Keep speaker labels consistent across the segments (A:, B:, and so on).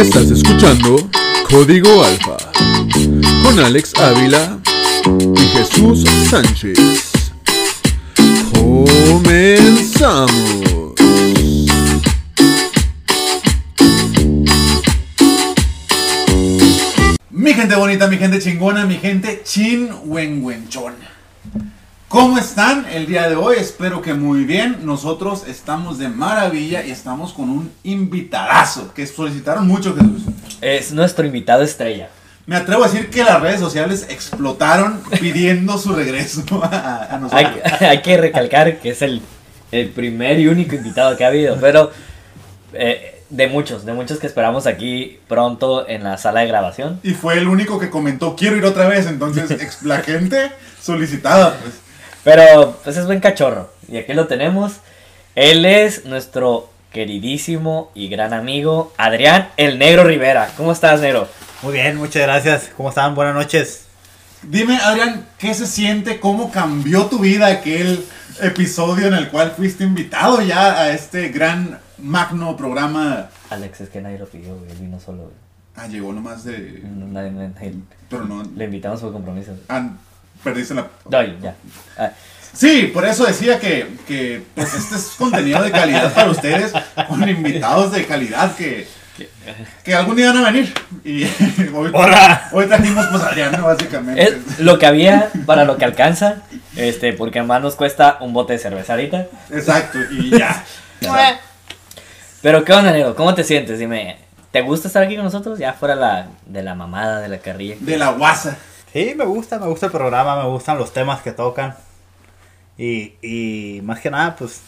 A: Estás escuchando Código Alfa con Alex Ávila y Jesús Sánchez. Comenzamos.
B: Mi gente bonita, mi gente chingona, mi gente chingüengüenchona. ¿Cómo están el día de hoy? Espero que muy bien. Nosotros estamos de maravilla y estamos con un invitadazo que solicitaron mucho Jesús.
C: Es nuestro invitado estrella.
B: Me atrevo a decir que las redes sociales explotaron pidiendo su regreso a, a
C: Hay,
B: nosotros.
C: hay que recalcar que es el, el primer y único invitado que ha habido, pero eh, de muchos, de muchos que esperamos aquí pronto en la sala de grabación.
B: Y fue el único que comentó, quiero ir otra vez. Entonces, ex- la gente solicitada. Pues.
C: Pero pues es buen cachorro y aquí lo tenemos. Él es nuestro queridísimo y gran amigo Adrián El Negro Rivera. ¿Cómo estás, Negro?
D: Muy bien, muchas gracias. ¿Cómo están? Buenas noches.
B: Dime, Adrián, ¿qué se siente? ¿Cómo cambió tu vida aquel episodio en el cual fuiste invitado ya a este gran magno programa?
C: Alex, es que nadie lo pidió, güey, él vino solo. güey.
B: Ah, llegó nomás de...
C: No, nadie- nadie-
B: Pero no...
C: le invitamos por compromiso.
B: Ah, perdiste la...
C: No, ya. Ah,
B: Sí, por eso decía que, que, pues este es contenido de calidad para ustedes, con invitados de calidad que, que algún día van a venir. Y hoy,
D: Hola.
B: hoy trajimos pues a Adrián, básicamente.
C: Es lo que había para lo que alcanza. Este, porque más nos cuesta un bote de cerveza ahorita.
B: Exacto, y ya.
C: Pero qué onda, Nero, ¿cómo te sientes? Dime, ¿te gusta estar aquí con nosotros? Ya fuera la, de la mamada, de la carrilla.
B: De la guasa.
D: Sí, me gusta, me gusta el programa, me gustan los temas que tocan. Y, y más que nada, pues,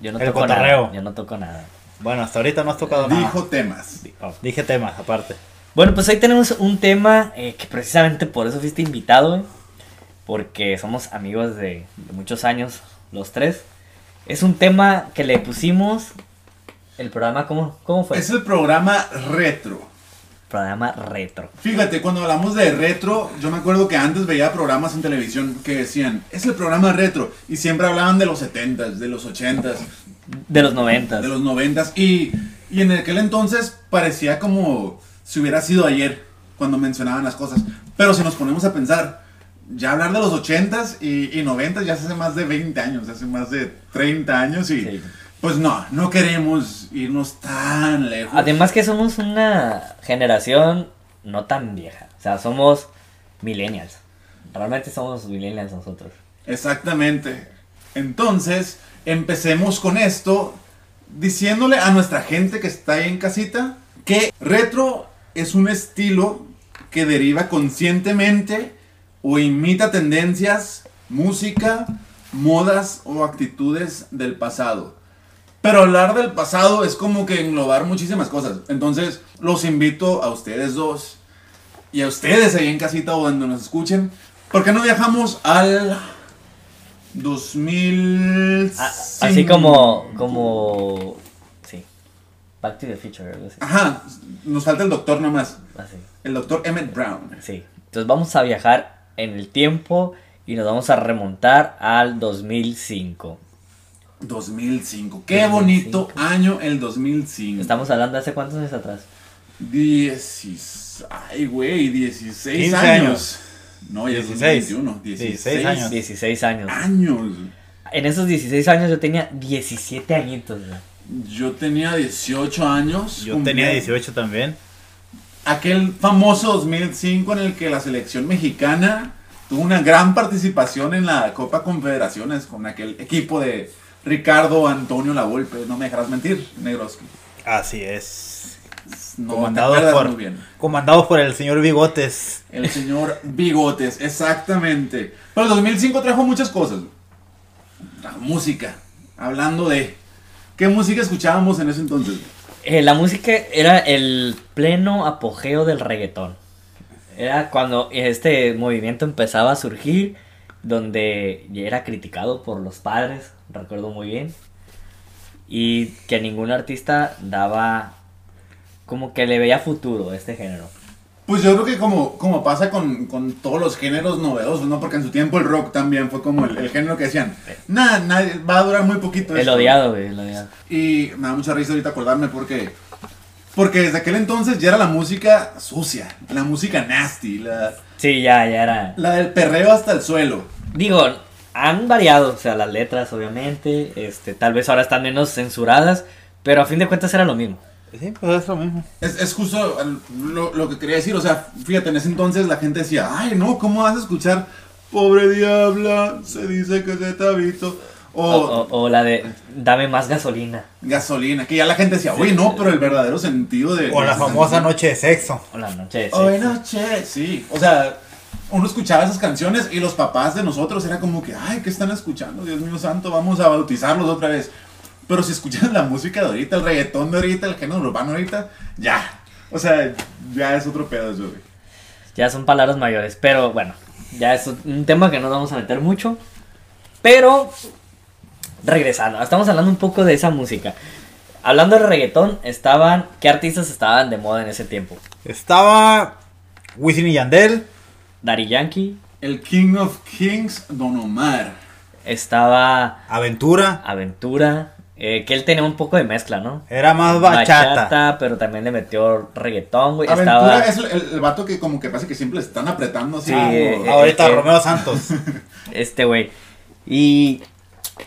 C: Yo no
D: El
C: toco
D: cotorreo.
C: nada. Yo no toco nada.
D: bueno, hasta ahorita no has tocado
B: Dijo
D: nada.
B: temas.
C: Oh.
D: Dije temas, aparte.
C: Bueno, pues hoy tenemos un tema eh, que precisamente por eso fuiste invitado, güey, Porque somos amigos de, de muchos años, los tres. Es un tema que le pusimos. El programa, ¿cómo, cómo fue?
B: Es el programa retro.
C: Programa retro.
B: Fíjate, cuando hablamos de retro, yo me acuerdo que antes veía programas en televisión que decían, es el programa retro, y siempre hablaban de los 70s, de los 80s,
C: De los noventas.
B: de los 90s, y, y en aquel entonces parecía como si hubiera sido ayer cuando mencionaban las cosas. Pero si nos ponemos a pensar, ya hablar de los 80s y, y 90s ya se hace más de 20 años, hace más de 30 años, y
C: Sí.
B: pues no, no queremos irnos tan lejos.
C: Además que somos una generación no tan vieja. O sea, somos millennials. Realmente somos millennials nosotros.
B: Exactamente. Entonces, empecemos con esto diciéndole a nuestra gente que está ahí en casita que retro es un estilo que deriva conscientemente o imita tendencias, música, modas o actitudes del pasado. Pero hablar del pasado es como que englobar muchísimas cosas. Entonces, los invito a ustedes dos y a ustedes ahí en casita o donde nos escuchen. ¿Por qué no viajamos al 2000?
C: A- así como, como, sí. Back to the Future, algo así.
B: Ajá, nos falta el doctor nomás.
C: Así,
B: El doctor Emmett Brown.
C: sí. Entonces vamos a viajar en el tiempo y nos vamos a remontar al 2005.
B: 2005. Qué bonito año el 2005.
C: Estamos hablando de hace cuántos años atrás.
B: 16. Ay, güey, 16
D: 15
B: años.
D: años.
B: No, ya es
D: 16.
B: 2021. 16
D: 16 años.
C: 16 años.
B: años.
C: En esos 16 años yo tenía 17 añitos. güey.
B: Yo tenía 18 años.
D: Yo
B: cumplía-
D: tenía 18 también.
B: aquel famoso 2005 en el que la selección mexicana tuvo una gran participación en la Copa Confederaciones con aquel equipo de Ricardo Antonio Lavolpe, no me dejarás mentir, Negroski.
D: Así es.
B: No te
D: Comandados
B: acuerdas
D: por,
B: muy bien.
D: comandados por el señor Bigotes.
B: El señor Bigotes, exactamente. Pero el 2005 trajo muchas cosas. Trajo música, hablando de... ¿Qué música escuchábamos en ese entonces?
C: Eh, la música era el pleno apogeo del reggaetón. Era cuando este movimiento empezaba a surgir, donde ya era criticado por los padres, recuerdo muy bien. Y que ningún artista daba, como que le veía futuro a este género.
B: Pues yo creo que como, como pasa con, con todos los géneros novedosos, ¿no? Porque en su tiempo el rock también fue como el, el género que decían, nada, nadie, va a durar muy poquito.
C: El
B: esto".
C: odiado, güey, el odiado.
B: Y me da mucha risa ahorita acordarme porque Porque desde aquel entonces ya era la música sucia, la música nasty, la,
C: Sí, ya, ya era.
B: la del perreo hasta el suelo.
C: Digo, han variado, o sea, las letras, obviamente. Este, tal vez ahora están menos censuradas, pero a fin de cuentas era lo mismo.
D: Sí, pues es lo mismo.
B: Es, es justo el- lo, lo que quería decir, o sea, fíjate, en ese entonces la gente decía, ay no, ¿cómo vas a escuchar? Pobre diabla, se dice que se tabito.
C: O,
B: O
C: o- o la de dame más gasolina.
B: gasolina, que ya la gente decía, uy no, pero el verdadero sentido de...
D: O la famosa noche de sexo.
C: O la noche de
B: Hoy
C: sexo.
B: noche, sí. O sea, uno escuchaba esas canciones y los papás de nosotros era como que, ay, ¿qué están escuchando? Dios mío santo, vamos a bautizarlos otra vez. Pero si escuchas la música de ahorita, el reggaetón de ahorita, el género urbano ahorita, ya. O sea, ya es otro pedo eso, güey.
C: Ya son palabras mayores, pero bueno, ya es un tema que no nos vamos a meter mucho. Pero, regresando, estamos hablando un poco de esa música. Hablando de reggaetón, estaban, ¿qué artistas estaban de moda en ese tiempo?
D: Estaba Wisin y Yandel.
C: Daddy Yankee,
B: El King of Kings, Don Omar.
C: estaba
D: Aventura.
C: Aventura, eh, que él tenía un poco de mezcla, ¿no?
D: Era más bachata.
C: pero también le metió reggaetón, güey.
B: Aventura
C: Estaba...
B: es el, el- el vato que como que parece que siempre le están apretando así.
C: Sí,
B: como-
C: eh, eh.
D: Ahorita Romeo Santos.
C: Este güey. Y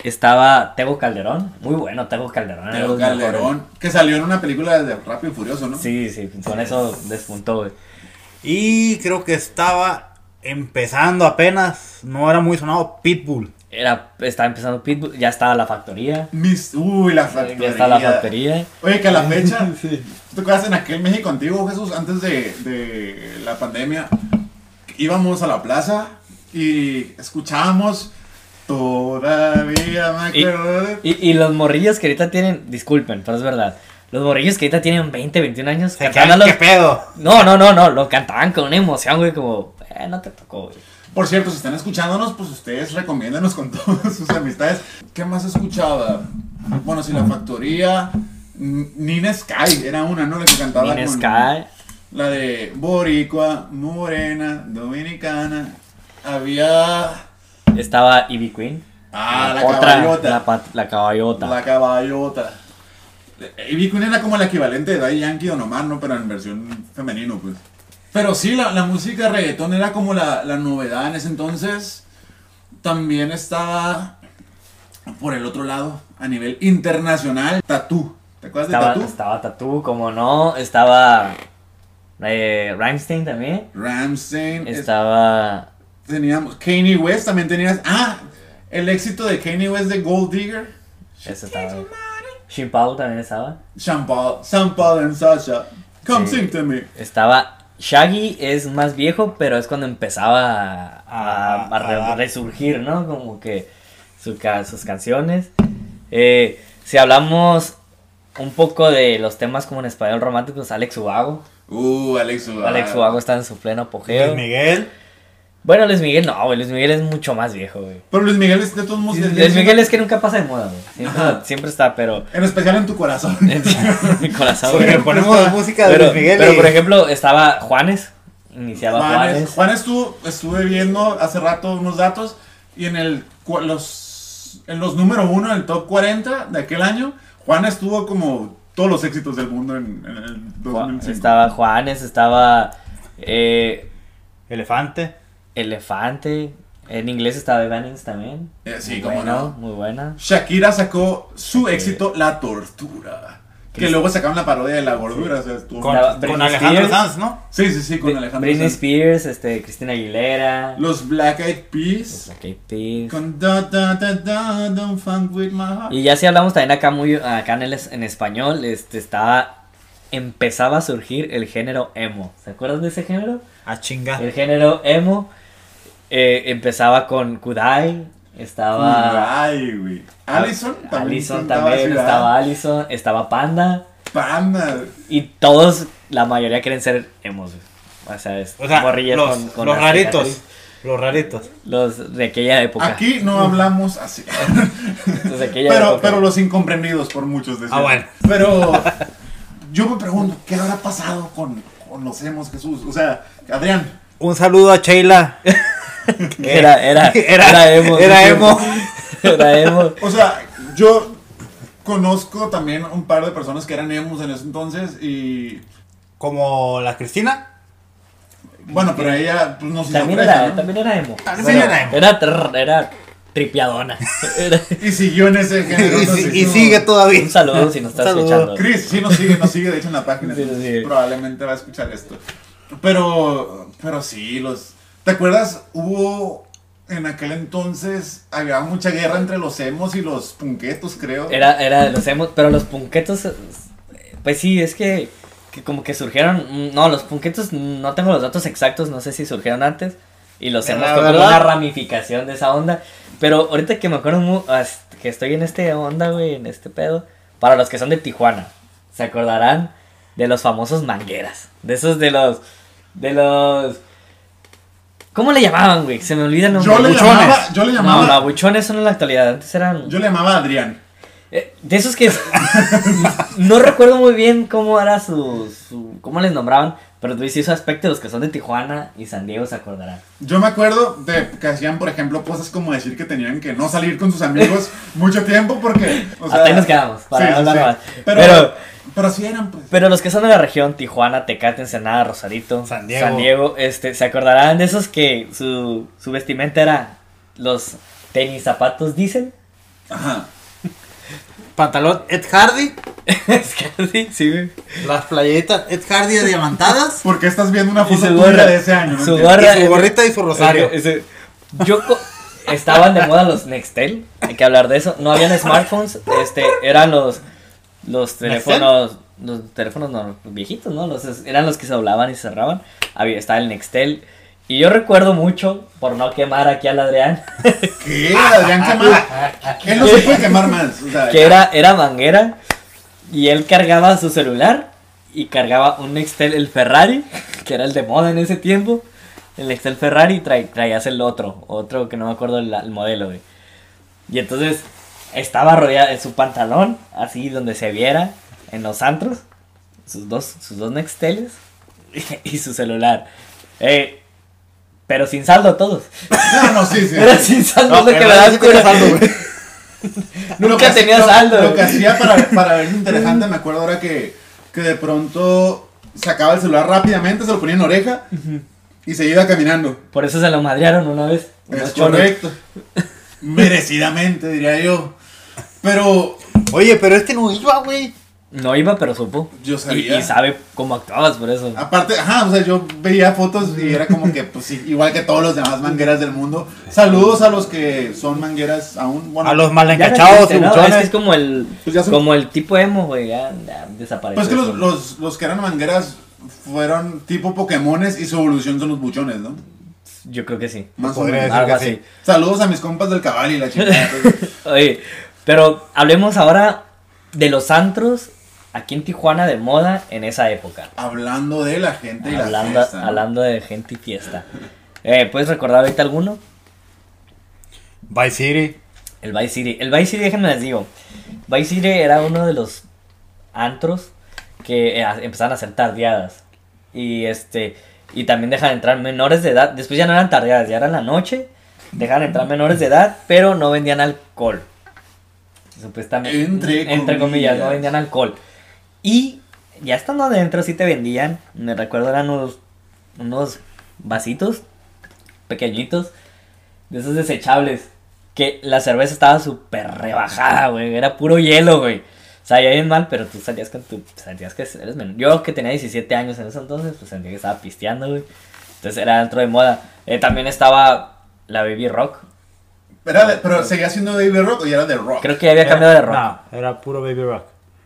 C: estaba Tego Calderón. Muy bueno, Tego Calderón. era
B: Pero
C: de los
B: Calderón,
C: mejores.
B: que salió en una película de Rápido y Furioso, ¿no?
C: Sí, sí, con eso despuntó, güey.
D: Y creo que estaba empezando apenas. No era muy sonado Pitbull.
C: Era, estaba empezando Pitbull, ya estaba la factoría.
B: Mis, uy, la
C: Ya
B: factoría.
C: estaba la factoría.
B: Oye, que a la fecha, ¿tú ¿te acuerdas en aquel México antiguo, Jesús, antes de, de la pandemia? Íbamos a la plaza y escuchábamos todavía me
C: Y-
B: acuerdo de-
C: Y, y los morrillos que ahorita tienen, disculpen, pero es verdad. Los morrillos que ahorita tienen 20, 21 años,
D: Se
C: cantaban a
D: quedan,
C: los-
D: ¿Qué pedo?
C: No, no, no, no, lo cantaban con una emoción, güey, como, eh, no te tocó, güey.
B: Por cierto, si están escuchándonos, pues ustedes recomiéndanos con todas sus amistades. ¿Qué más escuchaba? Bueno, si la factoría, N- Nina Sky, era una, ¿no? La que cantaba
C: Min
B: con-
C: Sky,
B: La de Boricua, Morena, Dominicana. Había...
C: estaba Ivy Queen.
B: Ah, la
C: Otra,
B: caballota.
C: La, pat- la caballota.
B: La caballota. Y vi que era como el equivalente de Daddy Yankee o Omar, ¿no? Pero en versión femenino, pues. Pero sí, la, la música reggaetón era como la, la novedad en ese entonces. También está por el otro lado, a nivel internacional, Tatú. ¿Te acuerdas
C: Estaba,
B: de Tatú?
C: estaba Tatú, como no. Estaba eh, Rammstein también.
B: Ramstein. es-
C: Estaba.
B: Teníamos. Kanye West también tenías. Ah, el éxito de Kanye West de Gold Digger.
C: Ese estaba. Shimpao también estaba.
B: Sean Paul, Sean Paul and Sasha. Come
C: Sí.
B: sing to me.
C: Estaba. Shaggy es más viejo, pero es cuando empezaba a,
D: Ah,
C: a re-
D: ah.
C: resurgir, ¿no? Como que su ca- sus canciones. Eh, si hablamos un poco de los temas como en español romántico, pues Alex Ubago.
B: Uh, Alex Ubago.
C: Alex Ubago está en su pleno apogeo.
D: Luis Miguel.
C: Bueno, Luis Miguel no, güey. Luis Miguel es mucho más viejo, güey.
B: Pero Luis Miguel es de todos modos. es-
C: Luis Miguel es que nunca pasa de moda, güey. Siempre,
B: Ajá.
C: siempre está, pero.
B: En especial en tu corazón.
C: En mi corazón.
D: Porque
C: güey.
D: ponemos música de
C: Pero,
D: Luis Miguel.
C: pero,
D: y-
C: por ejemplo, estaba Juanes. Iniciaba
B: Juanes,
C: Juanes.
B: Juanes estuvo, estuve viendo hace rato unos datos y en el cua- los en los número uno en el top 40 de aquel año, Juanes tuvo como todos los éxitos del mundo en, en el
C: Ju-
B: 2005.
C: estaba Juanes, estaba. eh,
D: Elefante.
C: Elefante. En inglés estaba Evanings también.
B: Eh, sí,
C: Muy
B: cómo
C: buena,
B: no.
C: Muy buena.
B: Shakira sacó su éxito La Tortura, que
C: Chris-
B: luego sacaron la parodia de La Gordura, o sea, estuvo-
D: Con,
C: La-
D: con
C: Britney
D: Alejandro
C: Spears.
D: Sanz, ¿no?
B: Sí, sí, sí, con
C: Bri-
B: Alejandro
C: Britney
B: Sanz.
C: Spears, este, Cristina Aguilera.
B: Los Black Eyed Peas.
C: Black Eyed Peas.
B: Con da, da, da, da, don't funk with my heart.
C: Y ya si hablamos también acá muy acá en, el es- en español, este estaba empezaba a surgir el género emo. ¿Se acuerdan de ese género?
D: A chingar.
C: El género emo eh, empezaba con Kudai, estaba
B: Ay, güey. Mm, Allison también.
C: Allison
B: cantaba
C: también,
B: así, ¿verdad?
C: estaba Allison, estaba Panda
B: Panda.
C: y todos la mayoría quieren ser emos. güey. O sea, es
D: O sea,
C: morrillas
D: los,
C: con- con
D: los
C: las
D: raritos.
C: cicatrices.
D: Los raritos.
C: Los de aquella época.
B: Aquí no hablamos así.
C: Los de aquella
B: pero,
C: época.
B: pero los incomprendidos por muchos de
D: Ah, bueno.
B: Pero yo me pregunto, ¿qué habrá pasado con, con los hemos Jesús? O sea, Adrián.
D: Un saludo a Sheila.
C: era, era,
D: Era-
C: era emo.
D: era
C: sí,
D: emo.
C: era emo.
B: O sea, yo conozco también un par de personas que eran emos en ese entonces y...
D: Como la Cristina.
B: Bueno, pero ella pues, no se hizo
C: También
B: presa,
C: era,
B: ¿no?
C: también era emo.
D: También
C: Bueno,
D: era emo.
C: Era, tr- era tripiadona. Era-
B: Y siguió en ese género.
D: y,
B: entonces,
D: si- y
B: no.
D: sigue todavía.
C: Un saludo si nos estás
D: Un saludo.
C: escuchando.
B: Chris, sí nos sigue, nos sigue de hecho en la página.
C: Sí, sí,
B: entonces
C: sí.
B: Probablemente va a escuchar esto. Pero, pero sí, los. ¿Te acuerdas? Hubo en aquel entonces había mucha guerra entre los emos y los punquetos, creo.
C: Era, era de los emos, pero los punquetos, eh, pues sí, es que, que como que surgieron, mm, no, los punquetos mm, no tengo los datos exactos, no sé si surgieron antes, y los
D: La
C: emos fue como
D: verdad-
C: una ramificación de esa onda, pero ahorita que me acuerdo mu- as- que estoy en este onda, güey, en este pedo, para los que son de Tijuana, se acordarán de los famosos mangueras, de esos de los, de los... ¿Cómo le llamaban, güey? Se me olvida el nombre.
B: yo, le
D: buchones.
B: llamaba, yo le
C: No, no,
B: llamaba.
C: buchones son en la actualidad, antes eran...
B: Yo le llamaba Adrián.
C: Eh, De esos que no recuerdo muy bien cómo era su, su- cómo les nombraban, pero tú sí su aspecto los que son de Tijuana y San Diego se acordarán.
B: Yo me acuerdo de que hacían, por ejemplo, cosas como decir que tenían que no salir con sus amigos mucho tiempo porque. o
C: Hasta ahí nos quedamos, para no hablar más.
B: Pero,
C: Pero-
B: pero, sí eran, pues.
C: Pero los que son de la región, Tijuana, Tecate, Ensenada, Rosarito,
D: San Diego.
C: este, se acordarán de esos que su, su vestimenta era los tenis zapatos dicen.
B: Ajá.
D: Pantalón Ed Hardy.
C: es que sí, sí, güey.
D: Las playeritas Ed Hardy diamantadas.
B: Porque estás viendo una
C: Y
B: foto
C: su
B: tuya
C: gorra,
B: de ese año. ¿no
C: su
B: entiendes?
D: y
C: gorra,
D: su gorrita y su rosario.
C: Es que- es que- yo co- estaban de moda los Nextel, hay que hablar de eso. No habían smartphones, este, eran los los
D: ¿Nextel?
C: teléfonos, los teléfonos no, los viejitos, ¿no? Los es- eran los que se doblaban y se cerraban. Había estaba el Nextel y yo recuerdo mucho por no quemar aquí al Adrián,
B: ¿Qué? Adrián quemaba. Él no se puede quemar más. O sea,
C: que era era manguera y él cargaba su celular y cargaba un Nextel el Ferrari, que era el de moda en ese tiempo. El Nextel Ferrari y tra- traías el otro, otro que no me acuerdo el, el modelo, güey. Y entonces estaba rodeada en su pantalón, así donde se viera, en los antros, sus dos, sus dos Nexteles y su celular. Eh, pero sin saldo todos.
B: No, no, sí, sí.
C: Era sin saldo,
D: No,
C: es lo que
D: pero
C: me da
D: sí tenía
C: cura.
D: saldo, güey.
B: Lo
C: Nunca
B: que
C: tenía
B: hacía- lo-
C: saldo.
B: Lo,
C: güey.
B: que hacía para, para ver interesante, me acuerdo ahora que, que de pronto sacaba el celular rápidamente, se lo ponía en la oreja y se iba caminando.
C: Por eso se lo madrearon una vez.
B: Es
C: unos cholos.
B: correcto. Merecidamente, diría yo. Pero
D: Oye, pero este no iba, güey.
C: No iba, pero supo.
B: Yo
C: Y-
B: sabía. Ah,
C: Y, sabe cómo actuabas por eso.
B: aparte, ajá, o sea, yo veía fotos y era como que, pues sí, igual que todos los demás mangueras del mundo. Saludos a los que son mangueras aún. bueno,
D: A los
C: Ya
D: mal
C: no
D: encachados
C: existe,
D: y
C: ¿no? Es que
D: buchones.
C: es como el,
B: Pues ya son-
C: como el tipo emo, güey. Ya, ya desapareció.
B: Pues que los,
C: eso.
B: los, los que eran mangueras fueron tipo Pokémones y su evolución son los buchones, ¿no?
C: Yo creo que sí.
B: Más o
D: Podría
B: menos.
D: decir
C: Algo
D: que sí.
B: Saludos a mis compas del cabal y la chingada. pues.
C: Oye, pero hablemos ahora de los antros aquí en Tijuana de moda en esa época.
B: hablando de la gente y la
C: Hablando,
B: fiesta. ¿no?
C: hablando de gente y fiesta. Eh, ¿Puedes recordar ahorita alguno?
D: Vice City.
C: El Vice City. El Vice City, déjenme les digo. Vice City era uno de los antros que eh, empezaban a hacer tardeadas. Y este. Y también dejan entrar menores de edad. Después ya no eran tardeadas, ya era en la noche. Dejan entrar menores de edad, pero no vendían alcohol. Supuestamente.
B: Entre
C: entre comillas, no
B: comillas.
C: vendían alcohol. Y ya estando adentro sí te vendían. Me recuerdo eran unos, unos vasitos pequeñitos. De esos desechables. Que la cerveza estaba súper rebajada, güey. Era puro hielo, güey. Sabía bien mal, pero tú salías con tu. Sentías que eres menor. Yo que tenía 17 años en ese entonces, pues sentía que estaba pisteando, güey. Entonces era dentro de moda. Eh, también estaba la Baby Rock.
B: Era de- pero seguía siendo Baby Rock y era de rock.
C: Creo que ya había cambiado de rock.
D: Eh, No, era puro Baby Rock.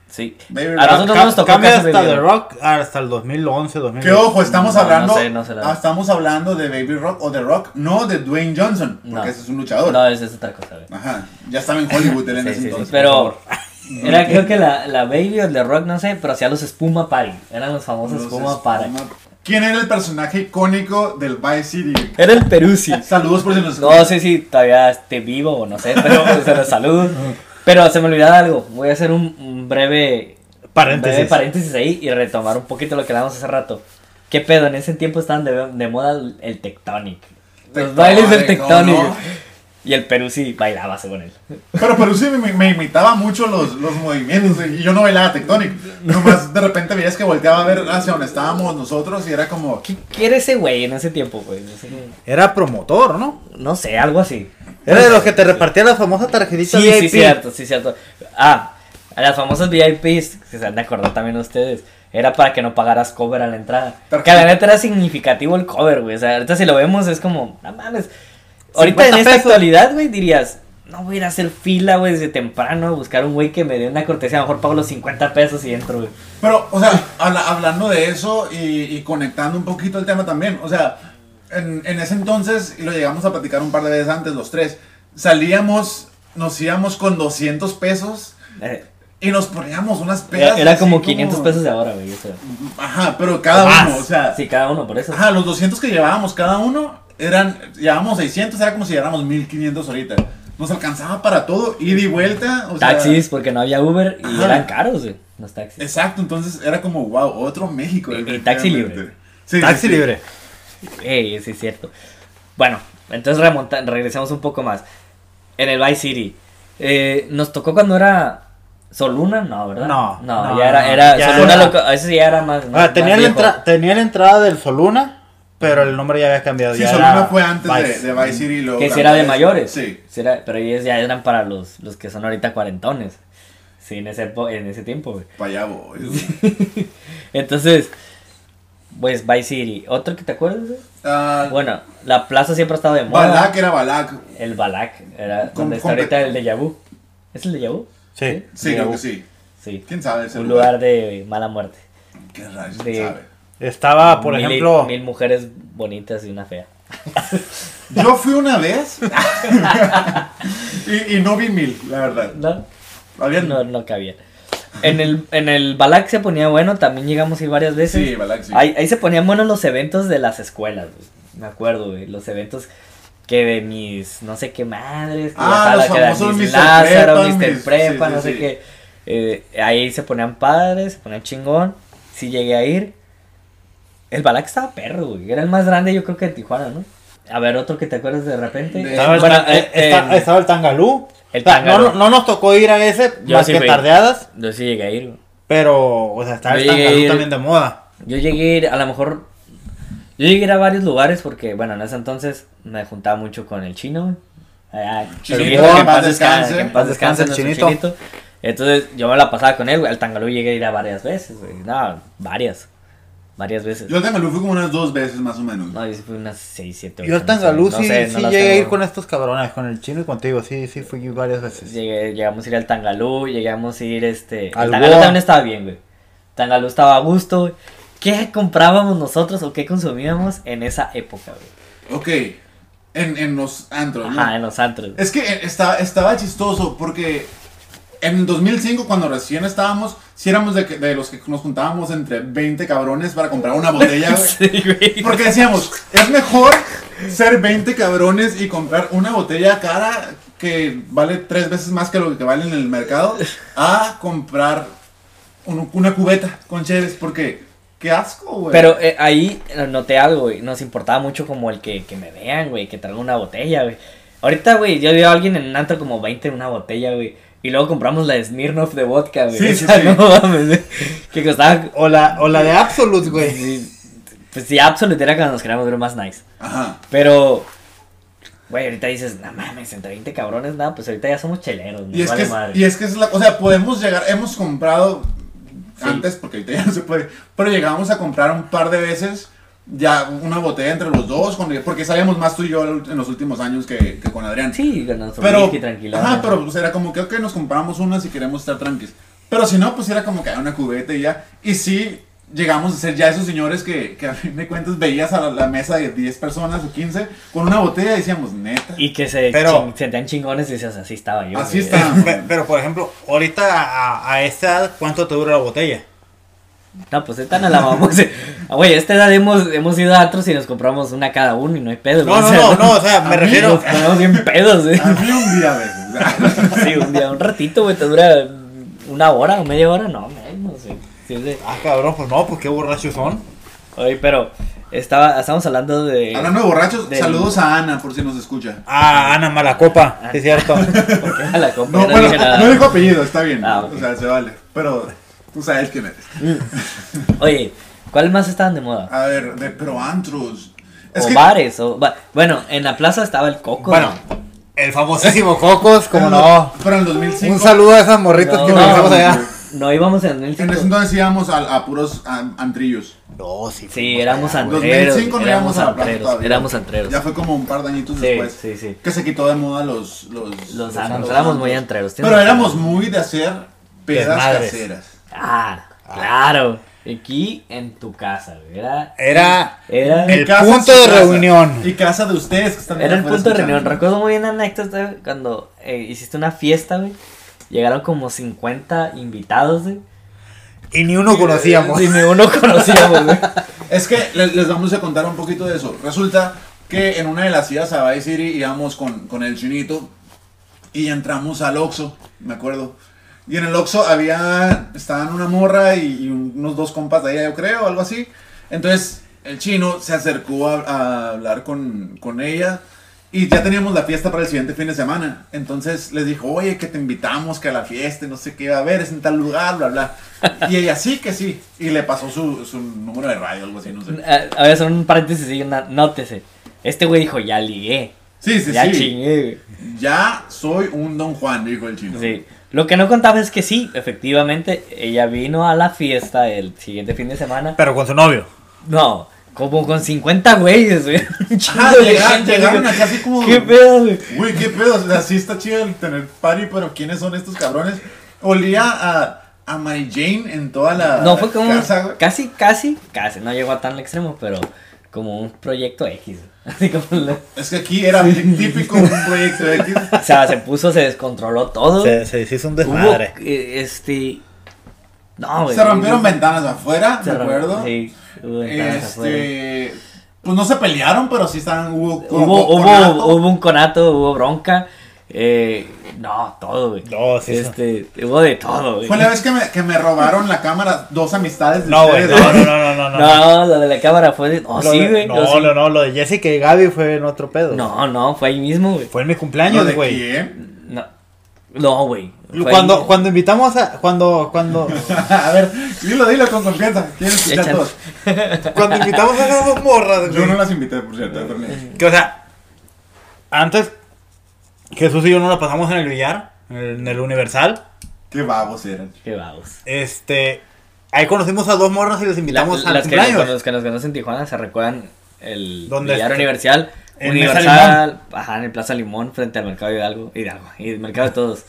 C: Sí.
B: Baby
C: A
B: Rock.
C: nosotros no nos tocó
D: Cambia
C: casi
D: hasta
C: Baby
D: The
C: Rock.
D: Rock hasta el 2011, 2012.
B: Que ojo, estamos
C: No, no
B: hablando.
C: sé, no sé la-
B: ah, estamos hablando de Baby Rock o de Rock, no de Dwayne Johnson, porque
C: No.
B: ese es un luchador.
C: No, esa es otra cosa, güey.
B: Ajá. Ya estaba en Hollywood él en
C: Sí,
B: ese
C: sí, sí,
B: entonces.
C: pero era creo que la, la Baby o el The Rock, no sé, pero hacía los Spuma Party. Eran los famosos
B: Entonces,
C: Spuma Party.
B: ¿Quién era el personaje icónico del Vice City?
C: Era el Perusi.
B: Saludos por si nos
C: No sé si todavía esté vivo o no sé, pero se los saludo. Pero se me olvidaba algo. Voy a hacer un, un breve
D: Paréntesis.
C: breve paréntesis ahí y retomar un poquito lo que hablamos hace rato. ¿Qué pedo? En ese tiempo estaban de, de moda el Tectonic. Los
B: Tectonic,
C: bailes del
B: ¿cómo
C: Tectonic.
B: no?
C: Y el Perú sí bailaba según él.
B: Pero Perú sí me, me imitaba mucho los, los movimientos y yo no bailaba Tectonic. Nomás de repente veías que volteaba a ver hacia donde estábamos nosotros y era como...
C: ¿Qué, qué era ese güey en ese tiempo, güey? No sé,
D: Era promotor, ¿no?
C: no sé, algo así.
D: Era de los que te repartía la famosa tarjetita
C: Sí,
D: VIP.
C: sí, cierto, sí, cierto. Ah, a las famosas VIPs, que se han de acordar también ustedes, era para que no pagaras cover a la entrada. Que la neta era significativo el cover, güey. O sea, ahorita si lo vemos es como, no mames. Ahorita en
D: 50
C: esta
D: pesos.
C: actualidad, güey, dirías, no voy a ir a hacer fila, güey, desde temprano a buscar un güey que me dé una cortesía. A lo mejor pago los 50 pesos y entro, güey.
B: Pero, o sea, habla- hablando de eso y, y conectando un poquito el tema también, o sea, en, en ese entonces, y lo llegamos a platicar un par de veces antes, los tres, salíamos, nos íbamos con 200 pesos
C: Eh,
B: y nos poníamos unas
C: Era,
B: pedas.
C: era
B: así
C: como 500 pesos de ahora, güey. o sea.
B: Ajá, pero cada
C: Más.
B: uno, o sea,
C: Sí, cada uno, por eso.
B: ajá, los 200 que llevábamos cada uno eran, llevábamos 600, era como si lleváramos 1500 ahorita. Nos alcanzaba para todo, ida y vuelta. O sea,
C: taxis, porque no había Uber y
B: Ajá.
C: eran caros, güey, los taxis.
B: Exacto, entonces era como, wow, otro México.
C: Y- y
B: definitivamente.
C: taxi libre.
B: Sí, sí,
D: Taxi
B: sí.
D: libre.
C: Ey, sí es cierto. Bueno, entonces remonta- regresemos un poco más. En el Vice City. eh, Nos tocó cuando era Soluna, no, ¿verdad?
D: No,
C: no,
D: no,
C: ya era,
D: no,
C: era
D: ya
C: Soluna,
D: era-
C: lo que- a veces ya era más.
D: Ah,
C: más
D: tenía, la
C: viejo.
D: entra- tenía la entrada del Soluna, pero el nombre ya había cambiado.
B: Sí,
D: ya
B: Soluna
D: era
B: fue antes
D: Vice.
B: de, de Vice City. Luego
C: Que si
B: cambió
C: era de
B: eso.
C: mayores.
B: Sí.
C: Sí era- pero ellos ya eran para los, los que son ahorita cuarentones. Sí, en ese, po- en ese tiempo, güey.
B: Para allá voy.
C: Entonces, pues Vice City. ¿Otro que te acuerdas? güey?
B: Ah,
C: Bueno, la plaza siempre ha estado de moda.
B: Balak era Balak.
C: El Balak, era
B: Con-
C: donde está
B: con-
C: ahorita el de Yabú. ¿Es el de Yabú?
D: Sí.
B: Sí, creo que sí.
C: Sí.
B: ¿Quién sabe ese
C: Un lugar de mala muerte.
B: ¿Qué rayos?
C: de-
B: ¿Quién sabe?
D: Estaba, Ah, por
C: Mil-
D: ejemplo.
C: Mil mujeres bonitas y una fea.
B: Yo fui una vez y, y no vi mil, la verdad.
C: No,
B: Había
C: no, no cabía. En el, en el Balak se ponía bueno, también llegamos a ir varias veces.
B: Sí, Balak sí.
C: Ahí, ahí se ponían buenos los eventos de las escuelas, güey. Me acuerdo, güey. Los eventos que de mis no sé qué madres, que
B: Ah,
C: ya
B: los
C: sabes, que eran
B: famosos
C: mis
B: Mr.
C: Lázaro,
B: Prepa,
C: Mr.
B: mis-
C: Prepa,
B: sí,
C: no
B: sí,
C: sé
B: sí.
C: qué. Eh, ahí se ponían padres, se ponían chingón. Sí llegué a ir. El Balak estaba perro, güey. Era el más grande, yo creo que de Tijuana, ¿no? A ver, otro que te acuerdas de repente.
B: De-
D: Estaba, el,
C: Bueno,
D: ta-
C: eh,
D: eh, está-
C: eh,
D: estaba el Tangalú.
C: el
D: O sea,
C: Tangalú.
D: No, no nos tocó ir a ese,
C: Yo
D: más
C: sí
D: que
C: fui.
D: tardeadas,
C: Yo sí llegué a ir, güey.
D: pero, o sea, estaba el
C: Yo llegué a
D: Tangalú
C: ir-
D: también de moda.
C: Yo llegué a ir, a lo mejor. Yo llegué a ir a varios lugares porque, bueno, en ese entonces me juntaba mucho con el chino, güey. Allá,
B: Chinito,
C: el viejo,
B: que
C: que
B: en
C: en paz
B: paz
C: descanse.
B: descanse.
C: que en paz descanse,
D: Descanse el
C: nuestro chinito. Entonces yo me la pasaba con él, güey. Al Tangalú llegué a ir a varias veces, güey. No, varias. Varias veces.
B: Yo al Tangalú fui como unas dos veces más o menos.
C: No, yo sí fui unas 6, 7
D: Yo al Tangalú sí, sí llegué a ir con estos cabrones, con el chino y contigo, sí, sí fui varias veces.
C: Llegué- llegamos a ir al Tangalú, llegamos a ir este.
D: Al
C: el Tangalú
D: Goa.
C: también estaba bien, güey. Tangalú estaba a gusto. güey. ¿Qué comprábamos nosotros o qué consumíamos en esa época, güey?
B: Ok. En, en los antros, ¿no?
C: Ajá, en los antros. güey.
B: Es que eh, está, estaba chistoso porque en 2005, cuando recién estábamos, si éramos de, que- de los que nos juntábamos entre 20 cabrones para comprar una botella. güey.
C: Sí, güey.
B: Porque decíamos, es mejor ser 20 cabrones y comprar una botella cara que vale tres veces más que lo que vale en el mercado a comprar un- una cubeta con cheves porque qué asco, güey.
C: Pero eh, ahí noté algo, güey. Nos importaba mucho como el que, que me vean, güey, que traigo una botella, güey. Ahorita, güey, yo veo a alguien en un antro como 20 en una botella, güey. Y luego compramos la Smirnoff de vodka, güey.
B: Sí,
C: O
B: sí,
C: sea,
B: sí.
C: No mames, güey. Que costaba.
D: O la, o la de Absolute, güey.
C: Pues sí, absolutamente era cuando nos queríamos ver más nice.
B: Ajá.
C: Pero, güey, ahorita dices, no mames, entre 20 cabrones, nada, pues ahorita ya somos cheleros, nos
B: Y es,
C: vale
B: que,
C: madre.
B: y es que es la... O sea, podemos llegar, hemos comprado
C: Sí.
B: antes porque ahorita ya no se puede, pero llegamos a comprar un par de veces ya una botella entre los dos con- porque sabíamos más tú y yo en los últimos años que, que con Adrián.
C: Sí, con nuestro
B: Pero,
C: whisky tranquilo.
B: ajá,
C: ¿no?
B: pero pues, era como que ok, nos compramos una si queremos estar tranquis. Pero si no, pues era como que era una cubeta y ya. Y sí, llegamos a ser ya esos señores que, que a fin de cuentas veías a la, la mesa de 10 personas o 15 con una botella y decíamos, neta,
C: Y que se
D: Pero-
C: chin- sentían chingones y decías, así estaba yo.
B: así
C: güey".
B: está.
D: Pe- Pero, por ejemplo, ahorita a, a esa edad, ¿cuánto te dura la botella?
C: No, pues esta no la vamos. Ah, Güey, a esta edad hemos, hemos ido a otros y nos compramos una cada uno y no hay pedo.
D: No,
C: güey. O
D: no,
C: sea,
D: no, no, o sea, me
B: a mí
D: refiero... Ah.
C: Nos ponemos bien pedos, güey.
B: A mí un día a veces.
C: Sí, un día, un ratito, güey, te dura una hora o media hora, no, menos, güey. Sí, sí.
D: Ah, cabrón, pues no, pues qué borrachos son.
C: Oye, pero Estaba, estábamos hablando de.
B: Hablando de borrachos,
C: Eh, del-
B: saludos a Ana por si nos escucha.
D: Ah, Ana Malacopa, sí es cierto.
C: ¿Por qué a la compa?
B: No,
C: No,
B: bueno,
C: dije nada.
B: no dijo apellido, está bien.
C: Ah, ok.
B: O sea, se vale. Pero tú sabes quién eres.
C: Oye, ¿cuál más estaban de moda?
B: A ver, de pero antros.
C: o bares. O ba- Bueno, en la plaza estaba el coco.
D: bueno, el famosísimo Cocos, como no.
B: Pero en el 2005.
D: Un saludo a esas morritas
C: No,
D: que
C: no,
D: pensamos allá.
C: No íbamos en el
B: En ese entonces íbamos a, a puros an- antrillos.
D: No, sí.
C: Sí, éramos
B: En
C: antreros.
B: 2005 no
C: éramos
B: íbamos a la plaza
C: antreros.
B: todavía.
C: Éramos antreros.
B: Ya fue como un par de añitos
C: Sí,
B: después.
C: sí, sí.
B: Que se quitó de moda los. Los,
C: Los antros, éramos muy antreros, tienes
B: Pero
C: razón.
B: éramos muy de hacer pedas
D: Desmadres.
B: caseras.
C: Ah, claro. Aquí en tu casa, güey. Era,
D: Era.
C: era,
D: El
B: Mi casa
D: punto
B: es su
D: de reunión.
B: Y casa de ustedes que están
C: era el
B: afuera
C: punto de
B: escuchando.
C: reunión. Recuerdo muy bien la anécdota güey, cuando eh, hiciste una fiesta, güey. Llegaron como 50 invitados, güey.
D: Y ni uno conocíamos.
C: Y ni uno conocíamos, güey.
B: Es que les, les vamos a contar un poquito de eso. Resulta que en una de las idas a Vice City íbamos con, con el chinito y entramos al Oxxo, me acuerdo. Y en el Oxxo había, estaban una morra y, y unos dos compas de ella, yo creo, algo así. Entonces el chino se acercó a, a hablar con, con ella y ya teníamos la fiesta para el siguiente fin de semana. Entonces les dijo, oye, que te invitamos, que a la fiesta, y no sé qué va a haber, es en tal lugar, bla, bla. Y ella sí, que sí. Y le pasó su, su número de radio, algo así, no sé.
C: Ah, A ver, son un paréntesis, sí, una- nótese. Este güey dijo, ya ligué.
B: Sí, sí,
C: ya
B: sí.
C: chingué, güey.
B: Ya soy un don Juan, dijo el chino.
C: Sí. Lo que no contaba es que sí, efectivamente, ella vino a la fiesta el siguiente fin de semana.
D: Pero con su novio.
C: No, como con 50 güeyes, güey. Un chingo
B: Ah,
C: de
B: llegaron-
C: gente,
B: llegaron
C: güey.
B: acá así como-
C: ¿Qué pedo, güey?
B: Güey, qué pedo, o sea, sí está chido el tener party, pero ¿quiénes son estos cabrones? Olía a, a Mary Jane en toda la
C: No, fue como un-
B: casa, güey.
C: casi, casi, casi, no llegó a tan extremo, pero como un proyecto X. güey. Así como lo-
B: Es que aquí era bien típico un proyecto X.
C: o sea, se puso, se descontroló todo.
D: Se, se hizo un
C: Hubo,
D: desmadre.
C: eh, este, no, güey.
B: Se rompieron ventanas afuera,
C: Se
B: ¿de
C: romp-
B: acuerdo?
C: Sí, hubo ventanas afuera.
B: Este, pues no se pelearon, pero sí estaban, hubo,
C: Hubo, hubo,
B: conato.
C: hubo un conato, hubo bronca. Eh, no, todo, güey.
D: No, sí, eso.
C: Este, hubo de todo, güey.
B: Fue la vez que me, que me robaron la cámara, dos amistades de
D: No, güey.
B: ustedes,
D: No, no, no, no, no. no.
C: No, lo de la cámara fue de. Oh,
D: Lo
C: sí,
D: de-
C: güey.
D: No,
C: oh, sí.
D: no, no. Lo de Jessica y Gaby fue en otro pedo.
C: No, no, fue ahí mismo, güey.
D: Fue en mi
B: ¿Lo
D: cumpleaños,
B: de
D: güey.
B: quién?
C: No, no, güey. Fue ahí.
D: Cuando, cuando invitamos a. Cuando, cuando.
B: A ver, dilo, dilo con confianza. ¿Quién escuchar
C: Échalo.
B: todos?
D: cuando invitamos a esas dos morras,
B: Yo
D: güey.
B: no las invité, por cierto. perdón.
D: Que, o sea, antes Jesús y yo no la pasamos en el billar, en el, en el Universal.
B: Qué babos eran.
C: Qué vamos.
D: Este, ahí conocimos a dos morras y los invitamos al
C: las que, nos-
D: cumpleaños.
C: los que nos conocen en Tijuana se recuerdan el
D: ¿Dónde
C: billar
D: está?
C: universal.
D: En Plaza
C: Universal, ajá, en el Plaza Limón, frente al mercado Hidalgo, Hidalgo, y el mercado de todos.